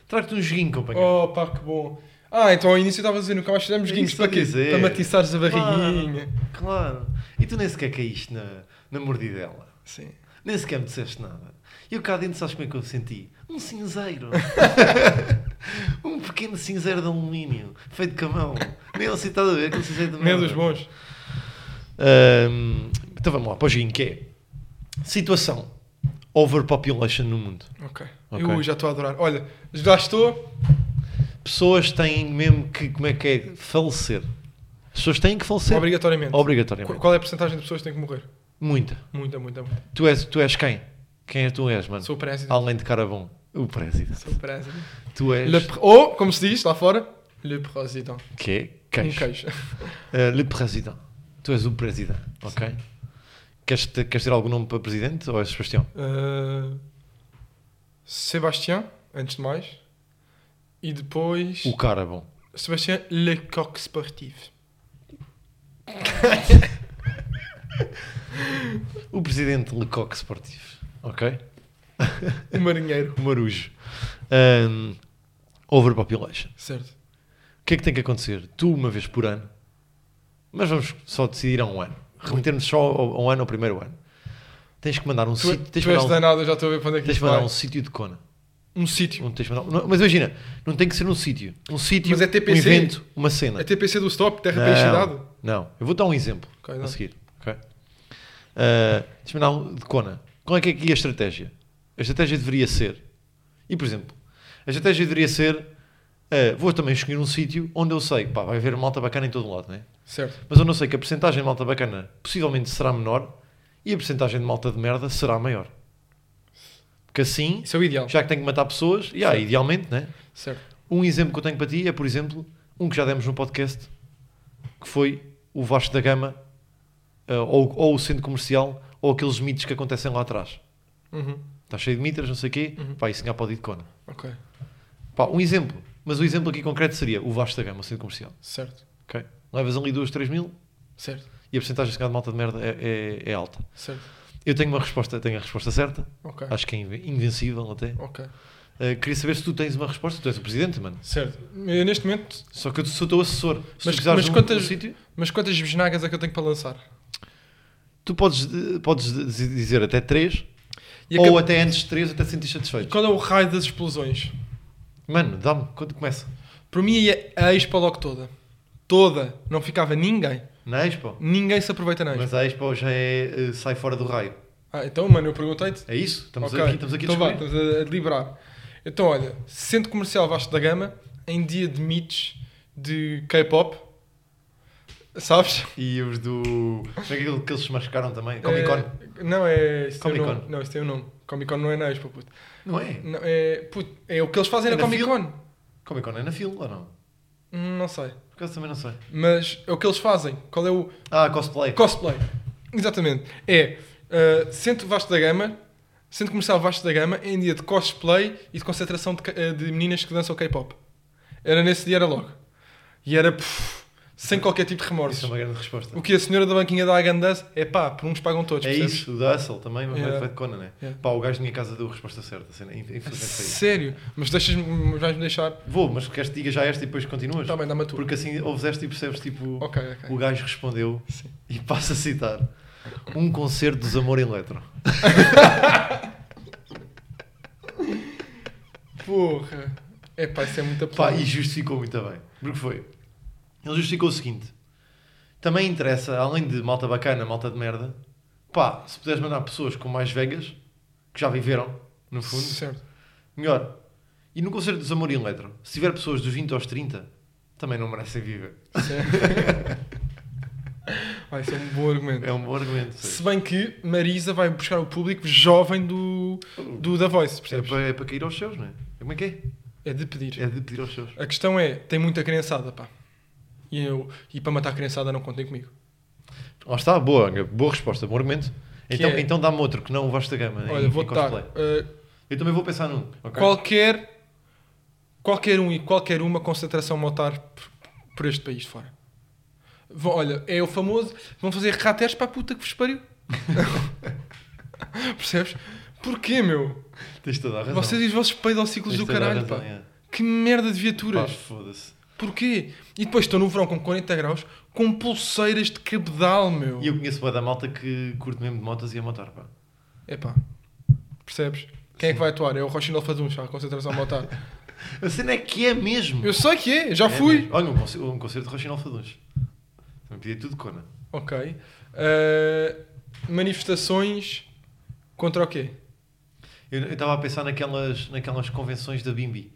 Speaker 2: Trago-te um joguinho, companheiro.
Speaker 1: Oh, pá, que bom. Ah, então ao início eu estava a dizer nunca mais fizemos
Speaker 2: É
Speaker 1: guinhos.
Speaker 2: isso
Speaker 1: Para
Speaker 2: que
Speaker 1: quê?
Speaker 2: eu ia dizer.
Speaker 1: Para matiçares a barriguinha.
Speaker 2: Claro. E tu nem sequer caíste na, na mordidela.
Speaker 1: Sim.
Speaker 2: Nem sequer me disseste nada. E eu cá dentro, sabes como é que eu senti? Um cinzeiro. um pequeno cinzeiro de alumínio, feito com a mão. Nem eu sei, estás a ver aquele cinzeiro de
Speaker 1: Meio
Speaker 2: merda.
Speaker 1: é dos bons.
Speaker 2: Ahm, então vamos lá, para o joguinho, que é... Situação. Overpopulation no mundo.
Speaker 1: Ok.
Speaker 2: Ok.
Speaker 1: Eu já estou a adorar. Olha, já estou.
Speaker 2: Pessoas têm mesmo que, como é que é, falecer. As pessoas têm que falecer.
Speaker 1: Obrigatoriamente. Qu-
Speaker 2: Obrigatoriamente.
Speaker 1: Qual é a porcentagem de pessoas que têm que morrer?
Speaker 2: Muita.
Speaker 1: Muita, muita, muita.
Speaker 2: Tu és, tu és quem? Quem é tu és, mano?
Speaker 1: Sou o presidente.
Speaker 2: Além de cara bom. O presidente.
Speaker 1: Sou o presidente.
Speaker 2: Tu és...
Speaker 1: Le pre- Ou, como se diz lá fora, Le Président.
Speaker 2: Que é
Speaker 1: Um
Speaker 2: queijo.
Speaker 1: queijo.
Speaker 2: Uh, le Président. Tu és o President, ok? Queres, te- queres ter algum nome para Presidente ou é Sebastião?
Speaker 1: Uh, Sebastião, antes de mais. E depois.
Speaker 2: O cara, bom.
Speaker 1: Sebastião Lecoq Sportif.
Speaker 2: O Presidente Lecoq Sportivo, ok?
Speaker 1: O marinheiro.
Speaker 2: O marujo. Ahm, overpopulation.
Speaker 1: Certo.
Speaker 2: O que é que tem que acontecer? Tu, uma vez por ano, mas vamos só decidir a um ano. Remeter-nos só ao, ao ano, ao primeiro ano. Tens que mandar um
Speaker 1: Tu,
Speaker 2: sítio. Tens,
Speaker 1: tu
Speaker 2: que
Speaker 1: és
Speaker 2: mandar um-
Speaker 1: danado, eu já estou a ver para onde é que
Speaker 2: tens
Speaker 1: isto
Speaker 2: que mandar
Speaker 1: vai.
Speaker 2: um sítio de cona.
Speaker 1: Um sítio.
Speaker 2: Não tens que mandar- não- mas imagina, não tem que ser um sítio. Um sítio,
Speaker 1: Mas é
Speaker 2: um
Speaker 1: TPC?
Speaker 2: evento, uma cena.
Speaker 1: A TPC do Stop, Terra
Speaker 2: Não,
Speaker 1: Preenchidade.
Speaker 2: Não, eu vou dar É, um exemplo
Speaker 1: Ok,
Speaker 2: a
Speaker 1: dá.
Speaker 2: seguir. ok? Ah, Deixa-me dar um de Kona. Qual é que é aqui a estratégia? A estratégia deveria ser, e por exemplo, a estratégia deveria ser: ah, vou também escolher um sítio onde eu sei, pá, vai haver malta bacana em todo lado, não é?
Speaker 1: Certo.
Speaker 2: Mas onde eu sei que a porcentagem de malta bacana possivelmente será menor e a porcentagem de malta de merda será maior. Porque assim,
Speaker 1: Isso é o ideal.
Speaker 2: já que tenho que matar pessoas, e ah,
Speaker 1: Certo.
Speaker 2: idealmente, né?
Speaker 1: Certo.
Speaker 2: Um exemplo que eu tenho para ti é, por exemplo, um que já demos no podcast, que foi o Vasco da Gama, eh, ou, ou o centro comercial, ou aqueles mitos que acontecem lá atrás.
Speaker 1: Uhum.
Speaker 2: Está cheio de mitras, não sei o quê,
Speaker 1: Uhum.
Speaker 2: pá, isso já pode ir de cona.
Speaker 1: Ok.
Speaker 2: Pá, um exemplo, mas o exemplo aqui concreto seria o Vasco da Gama, o centro comercial.
Speaker 1: Certo.
Speaker 2: ok? Levas ali 2, 3 mil
Speaker 1: Certo.
Speaker 2: e a porcentagem de chegada de malta de merda é, é- é alta.
Speaker 1: Certo.
Speaker 2: Eu tenho uma resposta, tenho a resposta certa,
Speaker 1: Ok.
Speaker 2: acho que é inve- invencível até.
Speaker 1: Ok.
Speaker 2: Eh, queria saber se tu tens uma resposta, tu és o presidente, mano.
Speaker 1: Certo. Eu, neste momento,
Speaker 2: Só que eu sou o teu assessor. Se
Speaker 1: Mas-
Speaker 2: tu precisares
Speaker 1: mas
Speaker 2: de um-
Speaker 1: quantas-
Speaker 2: de um sítio,
Speaker 1: mas quantas bisnagas é que eu tenho para lançar?
Speaker 2: Tu podes, eh, podes diz- dizer até 3
Speaker 1: E
Speaker 2: ou
Speaker 1: acab-
Speaker 2: até antes de 3 até te sentir satisfeito.
Speaker 1: Qual é o raio das explosões?
Speaker 2: Mano, dá-me quando começa.
Speaker 1: Para mim ia a Expo logo toda. Toda. Não ficava ninguém.
Speaker 2: Na Expo.
Speaker 1: Ninguém se aproveita na Expo.
Speaker 2: Mas a Expo já é eh, sai fora do raio.
Speaker 1: Ah, então, mano, eu perguntei-te.
Speaker 2: É isso? Estamos
Speaker 1: Ok.
Speaker 2: aqui, estamos aqui a
Speaker 1: então, vá,
Speaker 2: discutir.
Speaker 1: estamos a, a deliberar. Então, olha, Centro Comercial Vasco da Gama, em dia de mitos de K-pop, sabes?
Speaker 2: E os do. Como é que, é aquele que eles se machucaram também? Comic Con.
Speaker 1: É, não, é. Isso Comic
Speaker 2: Comic
Speaker 1: -Con.
Speaker 2: Con.
Speaker 1: não, isso tem um nome. Comic Con não é na Expo, puto.
Speaker 2: Não é?
Speaker 1: Não, é, puto, é o que eles fazem na,
Speaker 2: É na
Speaker 1: Comic Con.
Speaker 2: Comic Con é na fila ou não?
Speaker 1: Hum, Não sei.
Speaker 2: Por acaso também não sei.
Speaker 1: Mas é o que eles fazem. Qual é o
Speaker 2: Ah, cosplay.
Speaker 1: cosplay? Exatamente. É uh, Centro Vasco da Gama, Centro Comercial Vasco da Gama, em dia de cosplay e de concentração de, ca- eh, de meninas que dançam K-pop. Era nesse dia, era logo. E era puf, sem qualquer tipo de
Speaker 2: Isso é
Speaker 1: remorso.
Speaker 2: uma grande resposta.
Speaker 1: O que a senhora da banquinha dá à gandança é pá, por uns pagam todos.
Speaker 2: É
Speaker 1: percebes?
Speaker 2: isso, o da Hustle também, mas
Speaker 1: Yeah.
Speaker 2: vai vai de Conan, né?
Speaker 1: Yeah.
Speaker 2: Pá, o gajo da minha casa deu a resposta certa. assim, Infelizmente foi.
Speaker 1: Sério? Mas deixas-me, vais-me deixar.
Speaker 2: Vou, mas queres que diga já esta e depois continuas?
Speaker 1: Está Tá bem, dá-me a tua.
Speaker 2: Porque assim ouves esta e percebes tipo.
Speaker 1: Ok, ok.
Speaker 2: O gajo respondeu
Speaker 1: Sim.
Speaker 2: e passa a citar um concerto dos Amor Eletro.
Speaker 1: Porra. É pá, isso é muito apelão.
Speaker 2: Pá, e justificou muito bem. Porque foi. Ele justificou o seguinte: também interessa, além de malta bacana, malta de merda, pá, se puderes mandar pessoas com mais vegas, que já viveram, no fundo,
Speaker 1: Certo.
Speaker 2: melhor. E no concerto dos Amor Eletro, se tiver pessoas dos 20 aos 30, também não merecem viver.
Speaker 1: é- Vai ser um bom argumento.
Speaker 2: É um bom argumento.
Speaker 1: Se
Speaker 2: sim.
Speaker 1: bem que Marisa vai buscar o público jovem do, do da Voice,
Speaker 2: É
Speaker 1: percebes?
Speaker 2: para, é para cair aos céus, não é? Como é que é?
Speaker 1: É de pedir.
Speaker 2: É de pedir aos céus.
Speaker 1: A questão é, tem muita criançada, pá. E, eu, e para matar a criançada não contem comigo.
Speaker 2: Lá está, boa, boa resposta, bom argumento.
Speaker 1: Que
Speaker 2: Então,
Speaker 1: é-
Speaker 2: então dá-me outro que não o Vasco da Gama. em-
Speaker 1: Olha,
Speaker 2: em
Speaker 1: vou-te dar.
Speaker 2: cosplay.
Speaker 1: uh,
Speaker 2: Eu também vou pensar num. ok?
Speaker 1: qualquer, qualquer um e qualquer uma concentração motar por, por este país de fora. Vão- olha, é o famoso, vão fazer rateres para a puta que vos pariu. Percebes? Porquê, meu?
Speaker 2: Tens toda a razão.
Speaker 1: Vocês e os vossos peidociclos
Speaker 2: Tens
Speaker 1: do
Speaker 2: toda a
Speaker 1: caralho,
Speaker 2: razão,
Speaker 1: pá.
Speaker 2: é.
Speaker 1: Que merda de
Speaker 2: Pá,
Speaker 1: viaturas.
Speaker 2: foda-se.
Speaker 1: Porquê? E depois estou no verão com 40 graus com pulseiras de cabedal, meu.
Speaker 2: E eu conheço o da malta que curte mesmo de motas e a motar, pá.
Speaker 1: Epá, percebes? Quem é que vai atuar? É o Rochinol Faduncha, a concentração motar.
Speaker 2: A cena é que é mesmo.
Speaker 1: eu sei que é, já
Speaker 2: É
Speaker 1: fui.
Speaker 2: mesmo. Olha, um concerto, um concerto de Rochinol Faduns. Também pedia tudo, Cona.
Speaker 1: Ok. Uh, manifestações contra o quê?
Speaker 2: Eu eu estava a pensar naquelas, naquelas convenções da Bimbi.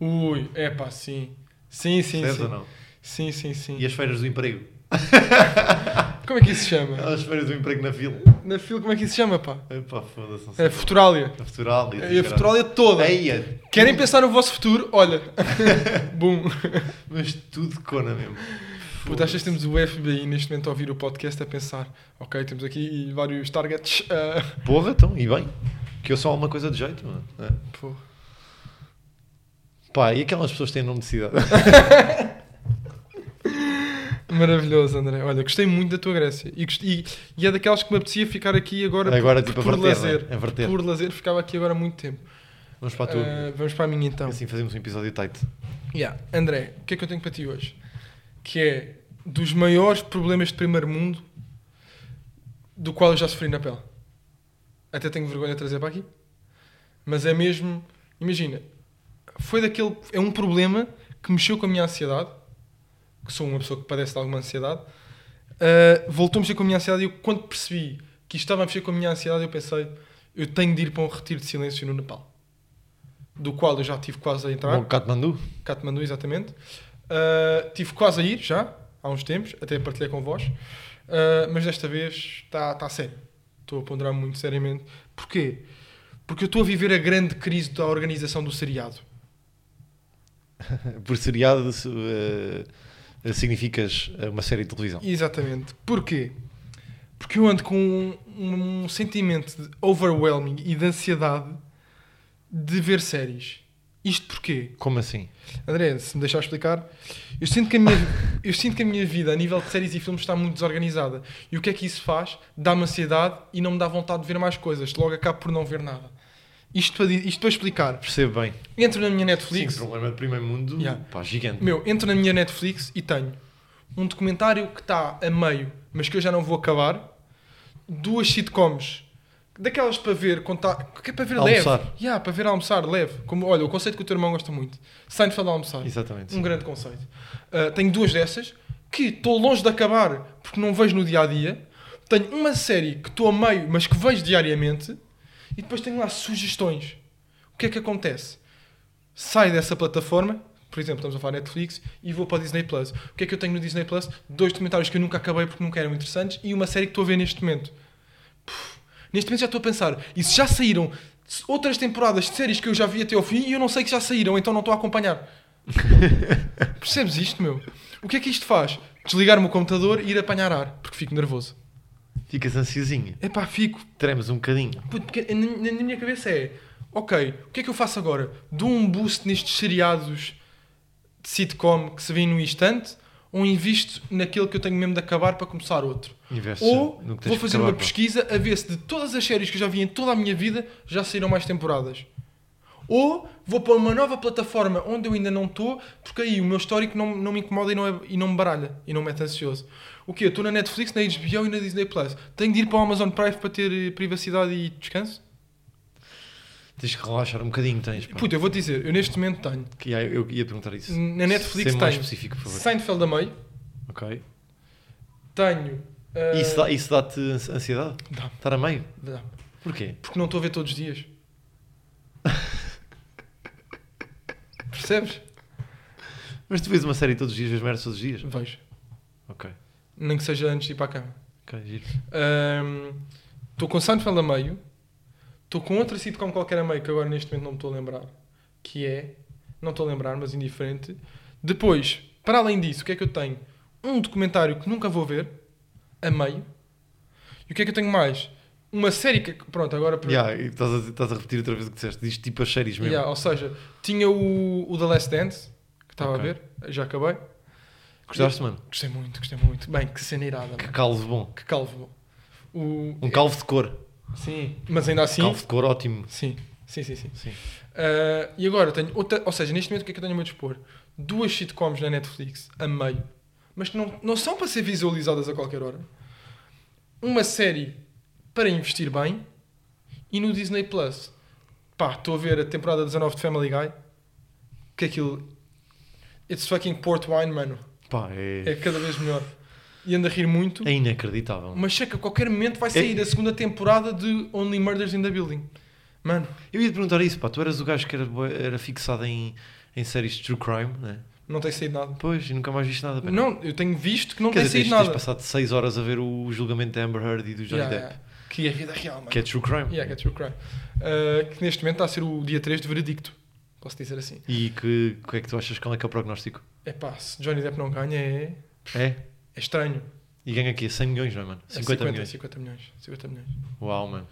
Speaker 1: Ui, epá, sim. Sim, sim,
Speaker 2: Percebes ou
Speaker 1: sim.
Speaker 2: não?
Speaker 1: Sim, sim, sim.
Speaker 2: E as feiras do emprego.
Speaker 1: Como é que isso se chama?
Speaker 2: As feiras do emprego na fila.
Speaker 1: Na fila, como é que isso se chama, pá?
Speaker 2: Epá, foda-se. não sei.
Speaker 1: É Futurália.
Speaker 2: A Futural.
Speaker 1: É a Futurália toda.
Speaker 2: Eia,
Speaker 1: Querem pensar no vosso futuro? Olha. Bum.
Speaker 2: Mas tudo cona mesmo.
Speaker 1: Puta, achas que temos o FBI neste momento a ouvir o podcast a pensar, ok, temos aqui vários targets. ah,
Speaker 2: Porra, então, e bem? Que eu sou alguma coisa de jeito, mano. É.
Speaker 1: pô.
Speaker 2: Pá, e aquelas pessoas que têm nome de cidade?
Speaker 1: Maravilhoso, André. Olha, gostei muito da tua Grécia. E, gost- e- e é daquelas que me apetecia ficar aqui agora, por-
Speaker 2: Agora,
Speaker 1: por,
Speaker 2: tipo, a
Speaker 1: por
Speaker 2: verter,
Speaker 1: lazer.
Speaker 2: né? A verter.
Speaker 1: Por lazer, ficava aqui agora muito tempo.
Speaker 2: Vamos para a tua.
Speaker 1: Ah, vamos para a minha então.
Speaker 2: Assim fazemos um episódio tight.
Speaker 1: Yeah. André, o que é que eu tenho para ti hoje? Que é dos maiores problemas de primeiro mundo do qual eu já sofri na pele. Até tenho vergonha de trazer para aqui. Mas é mesmo. Imagina, foi daquele. É um problema que mexeu com a minha ansiedade. Que sou uma pessoa que padece de alguma ansiedade. Uh, voltou a mexer com a minha ansiedade e eu, quando percebi que isto estava a mexer com a minha ansiedade, eu pensei: eu tenho de ir para um retiro de silêncio no Nepal. Do qual eu já tive quase a entrar.
Speaker 2: Bom, Katmandu.
Speaker 1: Katmandu, exatamente. Uh, tive quase a ir já, há uns tempos, até partilhei com vós, Uh, mas desta vez está tá sério. Estou a ponderar muito seriamente. Porquê? Porque eu estou a viver a grande crise da organização do seriado.
Speaker 2: Por seriado se, eh, significas uma série de televisão.
Speaker 1: Exatamente. Porquê? Porque eu ando com um, um- um sentimento de overwhelming e de ansiedade de ver séries. Isto porquê?
Speaker 2: Como assim?
Speaker 1: André, se me deixar explicar, eu sinto, que a minha, eu sinto que a minha vida a nível de séries e filmes está muito desorganizada. E o que é que isso faz? Dá-me ansiedade e não me dá vontade de ver mais coisas. Logo acabo por não ver nada. Isto para, di- isto para explicar.
Speaker 2: Percebo bem.
Speaker 1: Entro na minha
Speaker 2: Sim, um
Speaker 1: Netflix.
Speaker 2: problema de primeiro mundo
Speaker 1: Yeah.
Speaker 2: pá, gigante.
Speaker 1: Meu, entro na minha Netflix e tenho um documentário que está a meio, mas que eu já não vou acabar. Duas sitcoms. Daquelas para ver, contar, que é para ver leve.
Speaker 2: Almoçar.
Speaker 1: Yeah, para ver almoçar, leve. Como, olha, o conceito que o teu irmão gosta muito. Seinfeld a almoçar.
Speaker 2: Exatamente.
Speaker 1: Um grande conceito. Uh, tenho duas dessas que estou longe de acabar porque não vejo no dia a dia. Tenho uma série que estou a meio, mas que vejo diariamente. E depois tenho lá sugestões. O que é que acontece? Saio dessa plataforma, por exemplo, estamos a falar Netflix, e vou para o Disney Plus. O que é que eu tenho no Disney Plus? Dois documentários que eu nunca acabei porque nunca eram interessantes e uma série que estou a ver neste momento. Puf, neste momento já estou a pensar, e se já saíram outras temporadas de séries que eu já vi até ao fim e eu não sei que já saíram, então não estou a acompanhar. Percebes isto, meu? O que é que isto faz? Desligar-me o computador e ir apanhar ar, porque fico nervoso.
Speaker 2: Ficas ansiosinho.
Speaker 1: Epá, fico.
Speaker 2: Tremes um bocadinho.
Speaker 1: Puto, porque na, na- na minha cabeça é: ok, o que é que eu faço agora? Dou um boost nestes seriados de sitcom que se vêem no instante ou invisto naquele que eu tenho mesmo de acabar para começar outro?
Speaker 2: Investes
Speaker 1: Ou
Speaker 2: no que tens
Speaker 1: vou
Speaker 2: que
Speaker 1: fazer
Speaker 2: acabar,
Speaker 1: uma
Speaker 2: pá.
Speaker 1: pesquisa a ver se de todas as séries que eu já vi em toda a minha vida já saíram mais temporadas. Ou vou para uma nova plataforma onde eu ainda não estou, porque aí o meu histórico não, não me incomoda e não, é- e não me baralha e não me mete ansioso. O quê? Eu estou na Netflix, na HBO e na Disney Plus. Tenho de ir para o Amazon Prime para ter eh, privacidade e descanso?
Speaker 2: Tens que relaxar um bocadinho, tens. Pá.
Speaker 1: Puta, eu vou dizer, eu neste momento tenho.
Speaker 2: Que ia- eu ia perguntar isso.
Speaker 1: Na Netflix
Speaker 2: Ser
Speaker 1: tenho
Speaker 2: é mais específico, por favor.
Speaker 1: Seinfeld a meio,
Speaker 2: Ok.
Speaker 1: tenho. eh,
Speaker 2: Isso, dá, isso dá-te ans- ansiedade?
Speaker 1: Dá.
Speaker 2: Estar a meio?
Speaker 1: dá.
Speaker 2: Porquê?
Speaker 1: Porque não estou a ver todos os dias. Percebes?
Speaker 2: Mas tu vês uma série todos os dias, vês merda todos os dias?
Speaker 1: Vejo.
Speaker 2: Ok.
Speaker 1: Nem que seja antes de ir para a cama.
Speaker 2: Ok, giro.
Speaker 1: Ahm, Estou com Seinfeld a meio. Estou com outra sitcom qualquer a meio que agora neste momento não me estou a lembrar. Que é. Não estou a lembrar, mas indiferente. Depois, para além disso, o que é que eu tenho? Um documentário que nunca vou ver. A meio. E o que é que eu tenho mais? Uma série que. Pronto, agora. para-
Speaker 2: Yeah, e estás, a, estás a repetir outra vez o que disseste. Diz tipo as séries mesmo.
Speaker 1: Yeah, ou seja, tinha o, o The Last Dance, que estava
Speaker 2: Ok.
Speaker 1: a ver, já acabei.
Speaker 2: Gostaste, mano?
Speaker 1: Gostei muito, gostei muito. Bem, que cena irada,
Speaker 2: Que
Speaker 1: mano.
Speaker 2: calvo bom.
Speaker 1: que calvo. O,
Speaker 2: Um calvo de cor.
Speaker 1: Sim, mas ainda assim.
Speaker 2: Calvo de cor ótimo.
Speaker 1: Sim, sim, sim. sim.
Speaker 2: Sim.
Speaker 1: Ah, e agora tenho outra, ou seja, neste momento o que é que eu tenho a meu dispor? Duas sitcoms na Netflix, a meio, mas que não, não são para ser visualizadas a qualquer hora. Uma série para investir bem e no Disney Plus, pá, estou a ver a temporada 19 de Family Guy, que é aquilo. It's fucking port wine, mano.
Speaker 2: Pá, é,
Speaker 1: É cada vez melhor. E anda a rir muito.
Speaker 2: é inacreditável.
Speaker 1: Mas sei que a qualquer momento vai sair a segunda temporada de Only Murders in the Building. Mano,
Speaker 2: Eu ia te perguntar isso, pá. Tu eras o gajo que era, bué- era fixado em, em séries de true crime, né?
Speaker 1: não tem saído nada.
Speaker 2: Pois, e nunca mais viste nada. pá.
Speaker 1: Não, eu tenho visto que não
Speaker 2: Quer
Speaker 1: tem
Speaker 2: dizer,
Speaker 1: saído
Speaker 2: tens,
Speaker 1: nada.
Speaker 2: tens passado 6 horas a ver o julgamento da Amber Heard e do Johnny
Speaker 1: Yeah,
Speaker 2: Depp.
Speaker 1: yeah. Que é vida real, mano.
Speaker 2: Que é true crime.
Speaker 1: Yeah, que é true crime. Uh, que neste momento está a ser o dia 3 de veredicto. Posso dizer assim.
Speaker 2: E que, que é que tu achas? Qual é que é o prognóstico?
Speaker 1: É pá, se Johnny Depp não ganha é,
Speaker 2: É?
Speaker 1: é estranho.
Speaker 2: E ganha aqui 100 milhões, não é, mano?
Speaker 1: É
Speaker 2: 50, milhões.
Speaker 1: 50 milhões. 50 milhões.
Speaker 2: Uau, mano.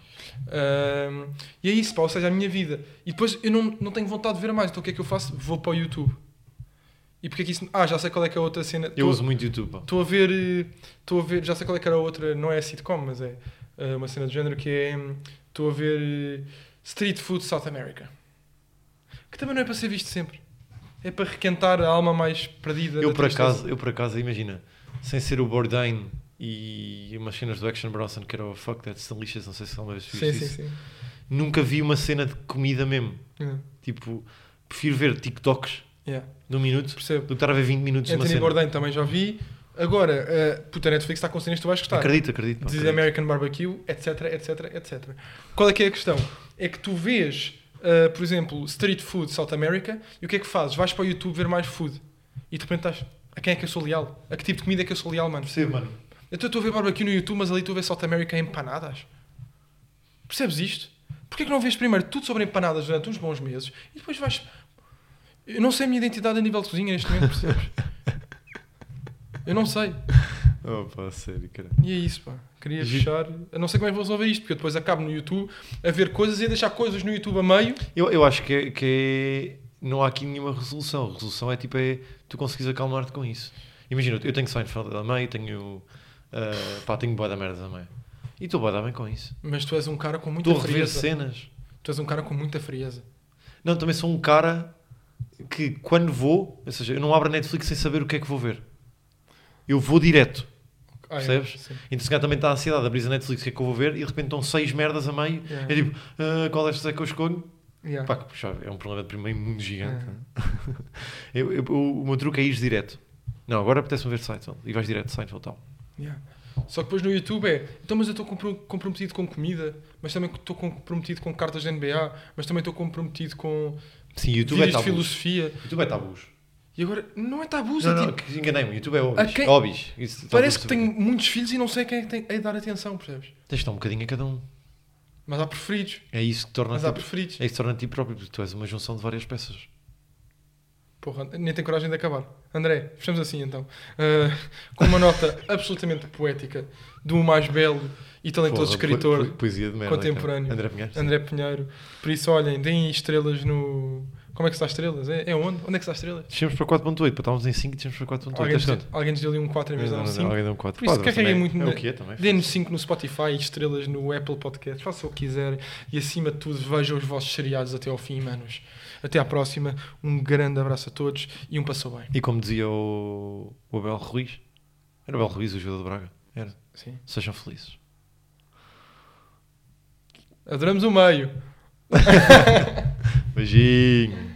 Speaker 1: Um, e é isso, pá, ou seja, a minha vida. E depois eu não, não tenho vontade de ver mais, então o que é que eu faço? Vou para o YouTube. E porque é que isso. Ah, já sei qual é que é a outra cena.
Speaker 2: Eu
Speaker 1: Tô-
Speaker 2: uso muito YouTube. pá.
Speaker 1: Estou a ver. eh, Estou a ver. Já sei qual é que era a outra. Não é sitcom, mas é eh, uma cena do género que é. hum, Estou a ver. eh, Street Food South America. Que também não é para ser visto sempre. É para requentar a alma mais perdida.
Speaker 2: Eu
Speaker 1: da
Speaker 2: por,
Speaker 1: tristeza.
Speaker 2: acaso, eu por acaso, imagina, sem ser o Bourdain e umas cenas do Action Bronson que era o Fuck That's Delicious, não sei se alguma vez viste
Speaker 1: Sim, sim,
Speaker 2: isso.
Speaker 1: sim. É.
Speaker 2: Nunca vi uma cena de comida mesmo.
Speaker 1: Yeah.
Speaker 2: Tipo, prefiro ver TikToks
Speaker 1: Yeah.
Speaker 2: de um minuto
Speaker 1: Percebo.
Speaker 2: do que estar a ver 20 minutos de uma
Speaker 1: Anthony
Speaker 2: cena.
Speaker 1: Bourdain também já vi. Agora, eh, puta, a Netflix está com cenas que tu vais gostar.
Speaker 2: Acredito, acredito. pá,
Speaker 1: de
Speaker 2: acredito.
Speaker 1: American Barbecue, etc, etc, etc. Qual é que é a questão? É que tu vês, ah, por exemplo, Street Food South America e o que é que fazes? Vais para o YouTube ver mais food e de repente estás... A quem é que eu sou leal? A que tipo de comida é que eu sou leal, mano?
Speaker 2: Percebo, mano.
Speaker 1: Então eu estou a ver barbecue no YouTube, mas ali estou a ver South America em empanadas. Percebes isto? Porquê é que não vês primeiro tudo sobre empanadas durante uns bons meses e depois vais... Eu não sei a minha identidade a nível de cozinha neste momento, percebes? eu não sei.
Speaker 2: Oh, pá, sério, cara.
Speaker 1: E é isso, pá. Queria
Speaker 2: Gi-
Speaker 1: fechar. Eu não sei como é que vou resolver isto, porque eu depois acabo no YouTube a ver coisas e a deixar coisas no YouTube a meio.
Speaker 2: Eu, eu acho que, é- que é- não há aqui nenhuma resolução. A resolução é tipo, é tu conseguires acalmar-te com isso. Imagina, eu tenho Seinfeld a meio, tenho. ah, pá, tenho boa da merda a meio. E estou boa da bem com isso.
Speaker 1: Mas tu és um cara com muita
Speaker 2: Estou a rever
Speaker 1: frieza.
Speaker 2: cenas.
Speaker 1: Tu és um cara com muita frieza.
Speaker 2: Não, também sou um cara que quando vou, ou seja, eu não abro a Netflix sem saber o que é que vou ver. Eu vou direto.
Speaker 1: Ah, é,
Speaker 2: Percebes?
Speaker 1: sim.
Speaker 2: Então se calhar também está a ansiedade, abris a Netflix, o que é que eu vou ver? E de repente estão seis merdas a meio.
Speaker 1: Yeah.
Speaker 2: É tipo, ah, qual destas é que eu escolho?
Speaker 1: Yeah.
Speaker 2: Pá, que, puxa, é um problema de primeiro mundo gigante.
Speaker 1: É.
Speaker 2: né? Eu- eu- o, o meu truque é ir direto. Não, agora apetece-me ver Seinfeld. E vais direto, Seinfeld tal.
Speaker 1: Yeah. Só que depois no YouTube é, então mas eu estou compro- comprometido com comida, mas também estou comprometido com cartas de NBA, mas também estou comprometido com
Speaker 2: Sim, YouTube é
Speaker 1: vídeos de
Speaker 2: tabus.
Speaker 1: filosofia.
Speaker 2: YouTube é tabus.
Speaker 1: E agora, não é tabu, é
Speaker 2: Não, não,
Speaker 1: tipo,
Speaker 2: que enganei-me. YouTube é
Speaker 1: A
Speaker 2: hobbies.
Speaker 1: quem-
Speaker 2: Hobbies. Isso, tabus
Speaker 1: parece que
Speaker 2: sobre-
Speaker 1: tenho muitos filhos e não sei a quem é que tem a dar atenção, percebes?
Speaker 2: Tens de dar um bocadinho a cada um.
Speaker 1: Mas há preferidos,
Speaker 2: É isso que torna
Speaker 1: mas há preferidos.
Speaker 2: É isso que torna ti próprio, porque tu és uma junção de várias peças.
Speaker 1: Porra, nem tenho coragem de acabar. André, fechamos assim então. Ah, com uma nota absolutamente poética do mais belo e talentoso é
Speaker 2: Porra,
Speaker 1: escritor
Speaker 2: po- po- poesia de merda,
Speaker 1: contemporâneo.
Speaker 2: cara. André Pinheiro. sim.
Speaker 1: André Pinheiro. Por isso, olhem, deem estrelas no. Como é que se dá estrelas? É, é onde? Onde é que se dá estrelas?
Speaker 2: Descemos para 4.8, para estávamos em 5 descemos para 4.8.
Speaker 1: Alguém
Speaker 2: Estás
Speaker 1: nos,
Speaker 2: certo?
Speaker 1: alguém nos deu ali um 4 em vez de
Speaker 2: Não,
Speaker 1: dar um
Speaker 2: não, não,
Speaker 1: 5.
Speaker 2: alguém deu um 4.
Speaker 1: Por isso, carreguem muito
Speaker 2: É
Speaker 1: na-
Speaker 2: o que é também.
Speaker 1: Dê-nos 5 no Spotify, estrelas no Apple Podcast, façam o que quiserem e acima de tudo vejam os vossos seriados até ao fim, manos. Até à próxima, um grande abraço a todos e um passou bem.
Speaker 2: E como dizia o, o Abel Ruiz, era o Abel Ruiz o jogador de Braga, era,
Speaker 1: Sim.
Speaker 2: sejam felizes.
Speaker 1: Adoramos o meio.
Speaker 2: Beijinho.